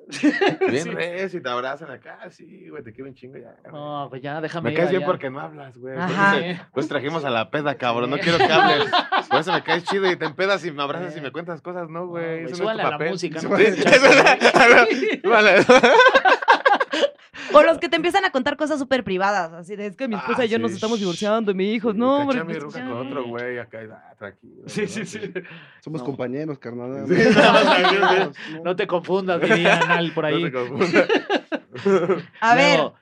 S4: Bien
S2: Sí.
S4: res y te abrazan acá, sí, güey, te quiero un chingo ya. güey.
S2: No, pues ya, déjame.
S4: me
S2: ir
S4: caes bien
S2: allá.
S4: porque no hablas, güey. Por
S3: Ajá.
S4: eso te- Pues trajimos a la peda, cabrón. No
S2: Sí.
S4: quiero que hables. Por eso me caes chido y te empedas y me abrazas y me cuentas cosas,
S2: Eh.
S4: ¿no,
S2: No,
S4: güey?
S2: güey,
S4: Eso no es
S2: súbale
S4: tu
S2: a la
S4: papel.
S2: música, no
S4: Sí,
S2: te escuchas,
S4: eso- Vale.
S3: O los que te empiezan a contar cosas súper privadas, así de es que mi esposa
S4: Ah,
S3: y yo nos
S4: sí.
S3: estamos divorciando, mi hijo,
S4: Sí,
S3: no, hombre.
S4: caché a mi
S3: pues,
S4: ruca
S3: ya,
S4: con
S3: ya,
S4: otro
S3: ya.
S4: güey acá, ah, tranquilo.
S2: Sí,
S4: ¿no?
S2: sí, sí.
S5: Somos
S2: No.
S5: compañeros, carnal.
S4: Sí.
S2: No te confundas, diría Anal por
S4: No
S2: ahí.
S4: te confundas.
S3: A ver,
S2: Luego,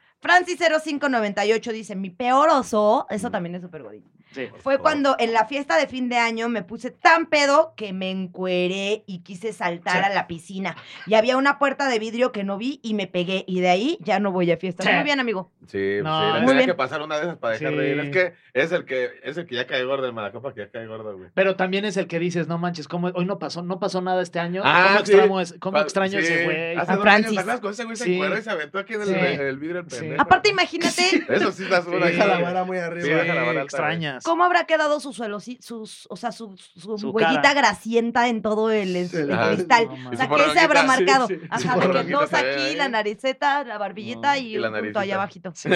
S3: Francis0598 dice, mi peor oso, eso también es súper godín.
S2: sí.
S3: Fue cuando en la fiesta de fin de año me puse tan pedo que me encueré y quise saltar a la piscina. Y había una puerta de vidrio que no vi y me pegué. Y de ahí ya no voy a fiestas.
S2: Sí.
S3: Muy bien, amigo.
S4: Sí, pues
S2: No, muy
S4: sí, le tenía
S3: bien.
S4: que pasar una de esas para dejar de ir. Es
S2: Sí.
S4: que es el que, es el que ya cae gordo, el malacopa que ya cae gordo, güey.
S2: Pero también es el que dices, no manches, ¿cómo, hoy no pasó, no pasó nada este año.
S4: Ah,
S2: ¿Cómo
S4: sí.
S2: extraño, es- cómo
S4: Pa-
S2: extraño
S4: sí,
S2: ese güey?
S4: Hace
S3: A
S4: dos años,
S3: Francis.
S4: ¿te acuerdas cuando ese güey se
S2: Sí.
S4: encueró y se aventó aquí en el,
S2: Sí.
S4: en el vidrio el
S2: Sí.
S4: pendejo?
S3: Aparte, imagínate
S4: Eso sí está una
S5: Deja la
S4: hija.
S5: vara muy
S4: Sí,
S5: arriba.
S4: baja la vara alta,
S2: extrañas.
S3: cómo habrá quedado su suelo, sí, sus, o sea, su, su
S2: Su
S3: huellita
S2: cara.
S3: grasienta en todo el, el- el
S4: Ajá.
S3: cristal.
S2: No,
S3: o
S2: man.
S4: Y
S3: sea,
S4: su
S3: ¿qué se habrá
S4: barranquita, sí,
S3: marcado?
S2: sí. Y su
S3: Ajá, de que el
S4: barranquita
S3: dos
S4: se ve
S3: aquí,
S4: ahí.
S3: la nariceta, la barbillita
S2: No,
S3: y,
S4: y la
S3: un punto
S4: naricita.
S3: allá abajito.
S2: Sí,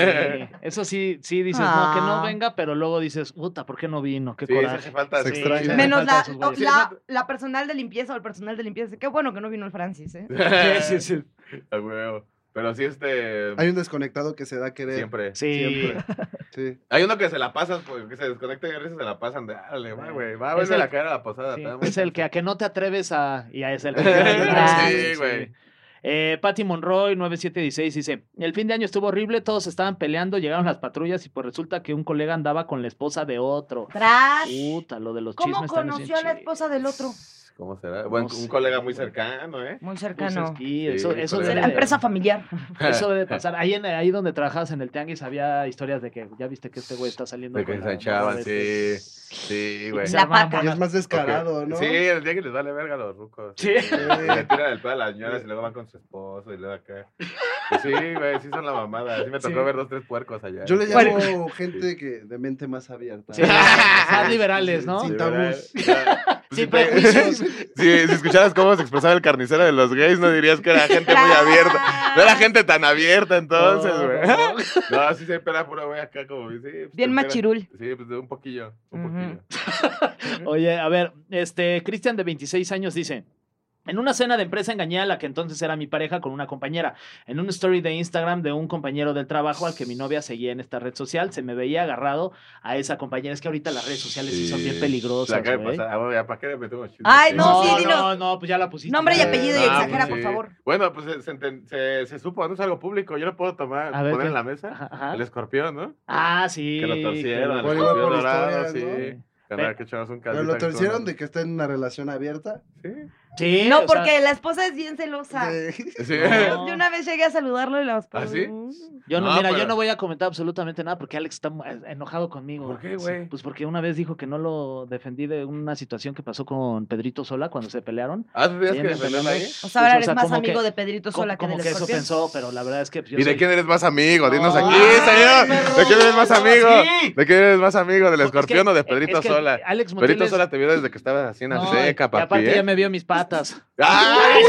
S2: eso sí, sí dices, no, que
S3: Ah.
S2: no venga, pero luego dices, puta, ¿por qué no vino? Qué
S4: Sí, se hace
S2: coraje.
S4: falta.
S5: Se
S4: sí.
S5: extraña.
S4: Sí.
S3: Menos
S2: falta
S3: la,
S2: esos
S3: o-
S2: güeyes.
S3: la, la personal de limpieza o el personal de limpieza. Qué bueno que no vino el Francis, ¿eh?
S2: Sí, sí, sí.
S4: A huevo. Pero sí, este.
S5: Hay un desconectado que se da a querer.
S4: Siempre.
S2: Sí.
S5: Siempre. Sí.
S4: Hay uno que se la pasas, pues, que se desconecta y a veces se la pasan. Dale, va, güey. Va,
S2: Es
S4: vuelve a
S2: el-
S4: caer a la posada.
S2: Sí,
S4: te damos
S2: Es el
S4: chance.
S2: que a que no te atreves a. Y es el que.
S4: Sí, güey.
S2: Eh, Patty Monroy 9716 dice, el fin de año estuvo horrible, todos estaban peleando, llegaron las patrullas y pues resulta que un colega andaba con la esposa de otro.
S3: Tras.
S2: Puta, lo de los
S3: ¿Cómo
S2: chismes también
S3: conoció a la esposa del otro?
S4: ¿Cómo será? Bueno,
S2: No
S4: un
S2: sé,
S4: colega muy
S2: güey.
S4: cercano, ¿eh?
S3: Muy
S2: Pues
S3: cercano.
S2: es que pues, eh, eso,
S4: Sí,
S2: eso
S4: colega.
S2: debe
S3: Será
S4: de-
S3: empresa familiar.
S2: Eso debe pasar. Ahí, en, ahí donde trabajabas en el Tianguis había historias de que ya viste que este güey está saliendo.
S4: De que
S2: con la
S4: se
S2: pues,
S4: enchaban,
S2: mamá
S4: sí.
S2: de-
S4: Sí,
S2: y
S4: güey.
S2: se
S3: La
S2: armaban
S3: paca.
S5: Y
S2: buenas-
S5: es más descarado,
S4: Ok.
S5: ¿no?
S4: Sí, el día que les vale verga a los rucos.
S2: Sí.
S4: Sí, güey. Le tiran el pedo a las señoras y luego van con su esposo y luego acá. Pues sí, güey, sí son la mamada. Sí me tocó
S2: Sí.
S4: ver dos, tres puercos allá.
S5: Yo le
S4: Sí,
S5: llamo gente que de mente más abierta.
S2: Sí,
S5: Sí,
S2: más
S5: sí,
S2: liberales,
S5: sí,
S2: ¿no?
S5: Sin
S4: ¿verdad?
S5: tabús.
S4: Ya, pues,
S2: Sin
S4: si te-
S2: prejuicios.
S4: Sí, si escucharas cómo se expresaba el carnicero de los gays, no dirías que era gente muy abierta. No era gente tan abierta entonces,
S2: No,
S4: güey.
S2: no, no.
S4: No, sí se espera puro güey acá como... Sí, pues,
S3: Bien
S4: te espera-
S3: machirul.
S4: Sí, pues de un poquillo, un
S3: Ujú.
S4: poquillo.
S2: Oye, a ver, este, Cristian de 26 años dice. En una cena de empresa engañé a la que entonces era mi pareja con una compañera. En un story de Instagram de un compañero del trabajo al que mi novia seguía en esta red social, se me veía agarrado a esa compañera. Es que ahorita las redes sociales sí, son bien
S4: La
S2: peligrosas.
S4: acaba de
S2: güey.
S4: pasar. Ah, bueno, ya, ¿para qué le metemos chistes?
S3: Ay,
S2: No,
S3: No, sí, dinos.
S2: no, no, pues ya la pusiste.
S3: Nombre y
S2: güey.
S3: apellido y
S4: Ah,
S3: exagera,
S4: pues
S3: por
S4: sí.
S3: favor.
S4: Bueno, pues se, se enten- se- se supo, no es algo público. Yo lo puedo tomar,
S2: A ver, ¿qué?
S4: poner en la mesa.
S2: Ajá, ajá.
S4: El escorpión, ¿no?
S2: Ah, sí.
S4: que lo torcieron, el
S5: Bueno,
S4: escorpión
S5: igual por
S4: dorado,
S5: historias,
S4: sí.
S2: ¿no?
S4: Carnal, que echarnos un
S5: Pero
S4: caldito
S5: lo
S4: aquí con
S5: torcieron
S4: unos-
S5: de que está en una relación abierta.
S2: Sí.
S3: No,
S2: o sea,
S3: porque la esposa es bien celosa.
S5: De-
S4: Sí. Sí.
S2: No.
S3: Yo de una vez llegué a saludarlo y la esposa.
S4: ¿Ah, sí?
S2: yo no,
S4: No,
S2: mira, yo
S4: pero-
S2: no voy a comentar absolutamente nada porque Alex está mu- eh, enojado conmigo.
S4: ¿Por qué,
S2: Sí,
S4: güey?
S2: Pues porque una vez dijo que no lo defendí de una situación que pasó con Pedrito Sola cuando se pelearon.
S4: Ah, ¿tú
S2: Ahí en
S4: tenías que
S2: la
S4: defenderla
S2: pelea,
S4: ahí?
S3: O sea,
S2: Pues,
S3: ahora
S2: O
S3: eres
S2: sea,
S3: más
S2: como
S3: amigo
S2: que-
S3: de Pedrito
S2: Co-
S3: Sola que
S2: como
S3: del
S2: que eso
S3: escorpión.
S2: pensó, pero la verdad es que pues, yo
S4: ¿Y de
S2: soy-
S4: quién eres más amigo? Dinos aquí,
S2: Ay,
S4: señor. ¿De
S2: perro,
S4: quién eres más
S2: no, pues
S4: amigo?
S2: sí.
S4: ¿De quién eres más amigo? ¿Del
S2: Porque es
S4: escorpión
S2: que-
S4: o de
S2: es
S4: Pedrito
S2: que
S4: Sola?
S2: Alex Montiel
S4: Pedrito
S2: es-
S4: Sola te vio desde que estabas así en la
S2: No,
S4: seca,
S2: Y
S4: papi.
S2: aparte ya
S4: ¿eh?
S2: me vio mis patas.
S4: ¡Ay!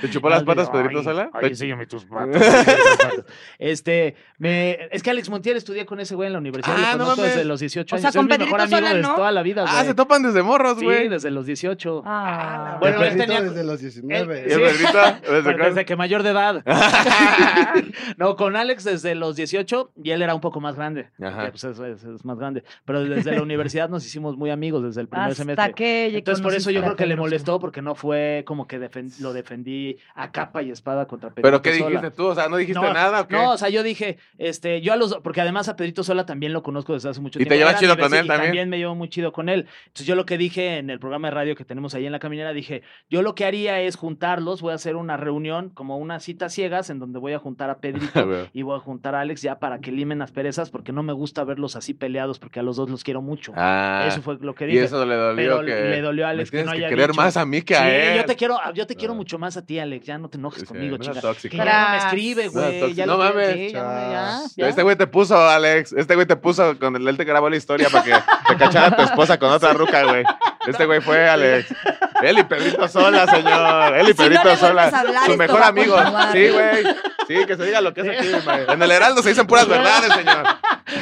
S4: ¿Te chupó las
S2: Ay,
S4: patas,
S2: ay,
S4: Pedrito Sola?
S2: Ay, enséñame tus patas. enséñame tus patas. este, me, es que Alex Montiel estudié con ese güey en la universidad.
S4: Ah,
S2: lo
S4: no
S2: conozco desde
S4: mames.
S2: los 18
S3: O sea,
S2: años. es
S3: con
S2: mi
S3: Pedrito
S2: mejor amigo
S3: Sola,
S2: de
S3: ¿no?
S2: toda la vida,
S4: Ah,
S2: güey.
S4: se topan desde morros,
S2: Sí,
S4: güey.
S2: desde los 18.
S3: Ah.
S2: Bueno, él
S5: Pedrito
S2: tenía-
S5: desde los
S4: ¿Y el
S5: 19.
S4: Pedrito? ¿Desde
S2: Pero
S4: cuándo?
S2: Desde que mayor de edad. no, con Alex desde los 18 y él era un poco más grande.
S4: Ajá.
S2: que, pues, es, es- es más grande. Pero desde la universidad nos hicimos muy amigos desde el primer
S3: Hasta
S2: semestre.
S3: que
S2: Entonces por eso
S3: conociste
S2: yo
S3: a
S2: creo que le
S3: Pedro
S2: molestó porque no fue como que defen- lo defendí a capa y espada contra Pedro.
S4: ¿Pero qué dijiste tú? O sea, ¿no dijiste
S2: No,
S4: nada o qué?
S2: No, o sea, yo dije, este, yo a los, porque además a Pedrito Sola también lo conozco desde hace mucho
S4: ¿Y te
S2: tiempo.
S4: llevas
S2: Era
S4: chido
S2: mi
S4: con
S2: vecino
S4: él
S2: y
S4: también?
S2: También me llevo muy chido con él. Entonces yo lo que dije en el programa de radio que tenemos ahí en la caminera, dije, yo lo que haría es juntarlos, voy a hacer una reunión, como una cita ciegas, en donde voy a juntar a
S4: Ah,
S2: Pedrito.
S4: güey.
S2: Y voy a juntar a Alex ya para que limen las perezas, porque no me gusta verlos así peleados, porque a los dos los quiero mucho.
S4: Ah,
S2: Eso fue lo que
S4: y
S2: dije.
S4: eso le dolió
S2: Pero
S4: que
S2: le dolió a
S4: me
S2: Alex que
S4: tienes
S2: no
S4: que
S2: haya
S4: querer
S2: dicho.
S4: más a mí que
S2: Sí,
S4: a él.
S2: yo te quiero, yo te quiero
S4: Ah.
S2: mucho más a ti, Alex. Ya no te enojes
S4: Sí, sí,
S2: conmigo,
S4: no seas
S2: chica. Que
S4: tóxica.
S2: ya no me
S3: Tras.
S2: escribe,
S4: No seas
S2: güey.
S4: tóxica.
S2: ya
S4: No
S2: lo-
S4: mames.
S2: sí, ya no- ya,
S5: Chas.
S2: ya.
S4: Este güey te puso, Alex. Este güey te puso. Con el, él te grabó la historia para que te cachara tu esposa con otra ruca, güey. Este güey fue, Alex. Él y Pedrito Sola, señor. Él y
S3: Si no le
S4: Pedrito
S3: vuelves
S4: Sola.
S3: a hablar,
S4: su
S3: esto
S4: mejor
S3: va a
S4: amigo.
S3: continuar.
S4: Sí, güey. Sí, que se diga lo que es aquí, güey. En el Heraldo se dicen puras verdades, señor.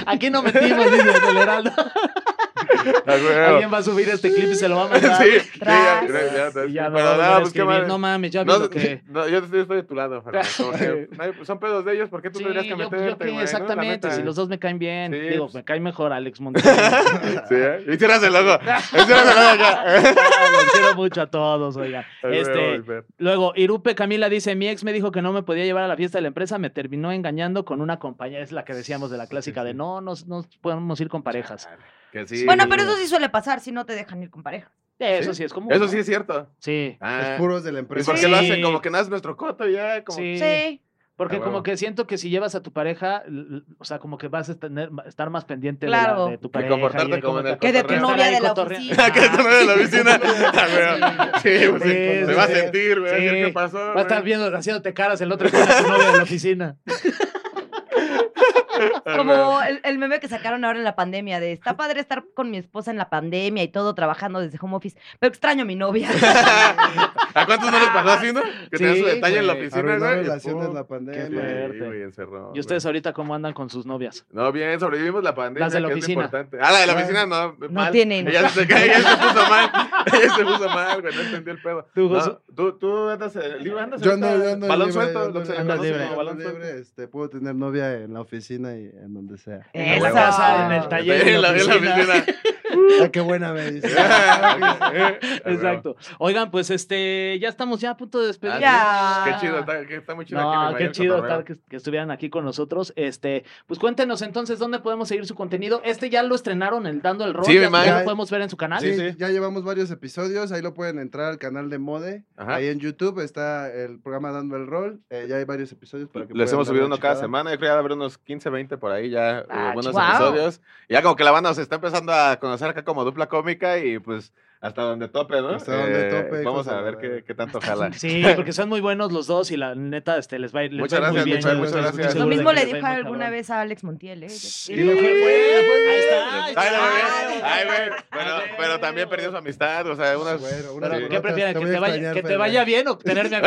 S2: Aquí no metimos, dice el Heraldo.
S4: Ah, güey.
S2: Alguien va a subir este clip y se lo va a mandar.
S4: Sí, sí, ya,
S3: Tras.
S4: ya, ya,
S2: Y ya me va a volver
S4: Pero
S2: a
S4: nada, pues qué
S2: escribir,
S4: mal.
S2: No mames, ya vi
S4: No,
S2: lo que.
S4: no, yo estoy, estoy de tu lado, Fernando. como que nadie- son pedos de ellos, ¿por qué tú
S2: Sí,
S4: tendrías que
S2: yo- yo
S4: meterte,
S2: qué,
S4: güey? No, la
S2: exactamente.
S4: neta.
S2: Si los dos me caen bien.
S4: Sí,
S2: Digo,
S4: pues.
S2: me cae mejor Alex Montero.
S4: Sí, ¿eh? Y cierras el logo. Y cierras el logo acá.
S2: Los quiero mucho a todos, oigan.
S4: Ay,
S2: Este,
S4: güey, Fer.
S2: luego, Irupe Camila dice: Mi ex me dijo que no me podía llevar a la fiesta de la empresa, me terminó engañando con una compañera. Es la que decíamos de la clásica de no, nos, nos podemos ir con parejas.
S4: Que sí.
S3: Bueno, pero eso sí suele pasar si no te dejan ir con pareja.
S2: Eso sí es común.
S4: Eso
S2: ¿no?
S4: sí es cierto.
S2: Sí.
S4: Ah,
S5: Los puros de
S4: ¿Y
S5: la empresa.
S4: por qué lo
S2: Sí.
S4: hacen? Como que nada es nuestro coto ya. Como...
S2: sí.
S3: Sí.
S2: Porque
S4: Ah,
S2: como
S4: huevo.
S2: que siento que si llevas a tu pareja, l- l- o sea, como que vas a tener, estar más pendiente de la-
S3: Claro.
S2: de, tu
S4: Y
S2: pareja.
S4: comportarte
S2: de
S4: como
S2: cómo
S4: en el
S2: te-
S4: Que de tu
S2: estar
S3: novia
S2: ahí
S3: de la
S2: cotorreando.
S3: oficina.
S4: Que está en la oficina. Ah, güey. Sí, pues,
S2: Sí,
S4: se
S2: sí,
S4: va a
S2: sí.
S4: sentir, güey. va a decir,
S2: Sí.
S4: ¿Qué pasó?
S2: Va a
S4: güey?
S2: estar viendo, haciéndote caras el otro con tu novia de la oficina.
S4: Ah, güey.
S3: Como el, el meme que sacaron ahora en la pandemia de está padre estar con mi esposa en la pandemia y todo trabajando desde home office, pero extraño a mi novia.
S4: ¿A cuántos no les pasó así, no? Que tenían
S2: Sí,
S4: su detalle en la
S2: güey.
S4: oficina,
S5: Arruinar
S4: güey. y
S5: relaciones
S4: pum.
S5: la
S4: Sí,
S5: pandemia.
S2: fuerte.
S4: güey, encerró,
S2: ¿Y
S4: güey.
S2: ustedes ahorita cómo andan con sus novias?
S4: No, bien, sobrevivimos la pandemia.
S2: Las de la
S4: que es lo
S2: oficina.
S4: importante. Ah, la de la oficina no. mal.
S3: tienen.
S4: Ella se, cae, ella se puso mal. Ella se puso mal, güey. No entendió el pedo.
S2: Tú,
S4: No,
S2: Josu-
S4: tú, tú andas eh, libre, andas.
S5: Yo ando,
S4: ahorita,
S5: yo ando
S4: Balón
S5: libre,
S4: suelto.
S5: yo
S4: lo que se le
S2: ando
S4: conoce
S2: libre,
S4: como
S5: ando
S4: balón suelto.
S5: libre, este, puedo tener novia en la oficina y en donde sea.
S2: En la
S3: Eso.
S4: Ah,
S2: casa, en el taller.
S4: Sí,
S2: en la
S4: en la
S2: oficina.
S4: oficina.
S5: Ah, qué buena me dice.
S4: Ah,
S2: Exacto. Oigan, pues este, ya estamos ya a punto de despedir.
S3: Ya.
S4: Ah, Qué chido, está, que está muy chido aquí.
S2: No,
S4: me
S2: qué
S4: imagino,
S2: chido
S4: cotorreo.
S2: estar que, que estuvieran aquí con nosotros. Este, pues cuéntenos entonces dónde podemos seguir su contenido. Este ya lo estrenaron el Dando el Rol.
S4: Sí,
S2: ya,
S4: man.
S2: ya lo podemos ver en su canal.
S5: Sí, ya llevamos varios episodios, ahí lo pueden entrar al canal de Mode,
S4: Ajá.
S5: ahí en YouTube está el programa Dando el Rol, eh, ya hay varios episodios. Para que
S4: Les
S5: puedan
S4: hemos
S5: dar
S4: subido
S5: una
S4: uno cada
S5: checada.
S4: semana, yo creo que ya habrá unos 15, 20 por ahí ya, eh,
S3: Ah,
S4: buenos
S3: chihuahua.
S4: episodios. Ya como que la banda se está empezando a conocer acá como dupla cómica y pues hasta donde tope, ¿no? Eh,
S5: Hasta donde
S4: Vamos
S5: tope, hijos de
S4: a
S5: la
S4: ver qué,
S5: verga.
S4: qué tanto jala.
S2: Sí, porque son muy buenos los dos y la neta este, les va a ir les
S4: Muchas
S2: va a ir
S4: gracias,
S2: muy bien.
S4: muchas-
S2: yo
S4: muchas
S2: estoy
S4: gracias.
S2: seguro
S3: Lo
S2: de
S3: mismo
S2: que
S3: le
S2: les va a ir
S3: dijo
S2: muy
S3: alguna
S2: cabrón.
S3: vez a Alex Montiel, ¿eh?
S2: Sí, le fue- fue- ahí está, ahí
S4: Ay, la bebé.
S2: está.
S4: Ay, güey. Pero, pero también perdió su amistad, o sea, unas...
S5: Bueno, unas
S2: Pero, ¿Qué
S5: brotas,
S2: prefieren?
S5: te
S2: ¿Que,
S5: voy a
S2: te vaya,
S5: extrañar,
S2: que te
S5: Fede.
S2: vaya bien o tenerme a mí?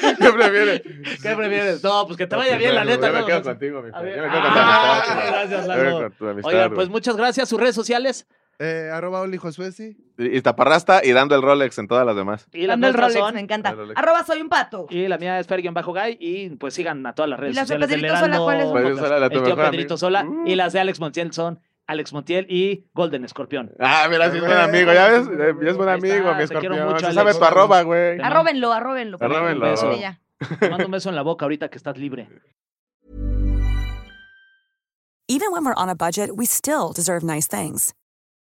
S4: ¿Qué prefieres?
S2: ¿Qué prefieres? No, pues que te vaya bien, la
S4: Yo
S2: neta.
S4: me
S2: no,
S4: quedo
S2: no sé.
S4: contigo, mi
S2: A
S4: Fer.
S2: ver.
S4: Yo me quedo con tu
S2: Ah,
S4: amistad, güey.
S2: gracias,
S4: Yo me quedo
S2: Lalo.
S4: con tu amistad,
S2: Oigan, pues
S4: güey.
S2: muchas gracias. Sus redes sociales.
S5: Eh, arroba Oli Josué, sí.
S4: Y y taparrasta y dando el Rolex en todas las demás.
S2: Y las
S3: Dando el
S2: nuestras
S3: Rolex,
S2: son-
S3: me encanta.
S4: Dando el Rolex.
S3: Arroba soy un pato.
S2: Y la mía es Ferguen Bajo Guy. Y pues sigan a todas las redes
S3: las de
S2: sociales. del
S3: Pedrito Sola,
S2: Heraldo
S3: ¿cuáles son?
S4: Pedrito
S2: Podcast.
S4: Sola, la
S2: El
S4: tu
S2: tío
S4: mejor
S2: Pedrito
S4: amigo.
S2: Sola.
S4: Uh.
S2: Y las de Alex Montiel son Alex Montiel y Golden Escorpión.
S4: Ah, mira, sí es buen amigo, ya ves, eh, ya es buen
S2: Ahí está,
S4: amigo, mi
S2: te quiero
S4: escorpión.
S2: mucho,
S4: Se sabe
S2: Alex.
S4: tu arroba, güey.
S2: Te mando-
S3: Arróbenlo, arróbenlo. por favor.
S4: Arróbenlo.
S3: Bésele ya.
S2: Te mando un beso en la boca ahorita que estás libre.
S7: Even when we're on a budget, we still deserve nice things.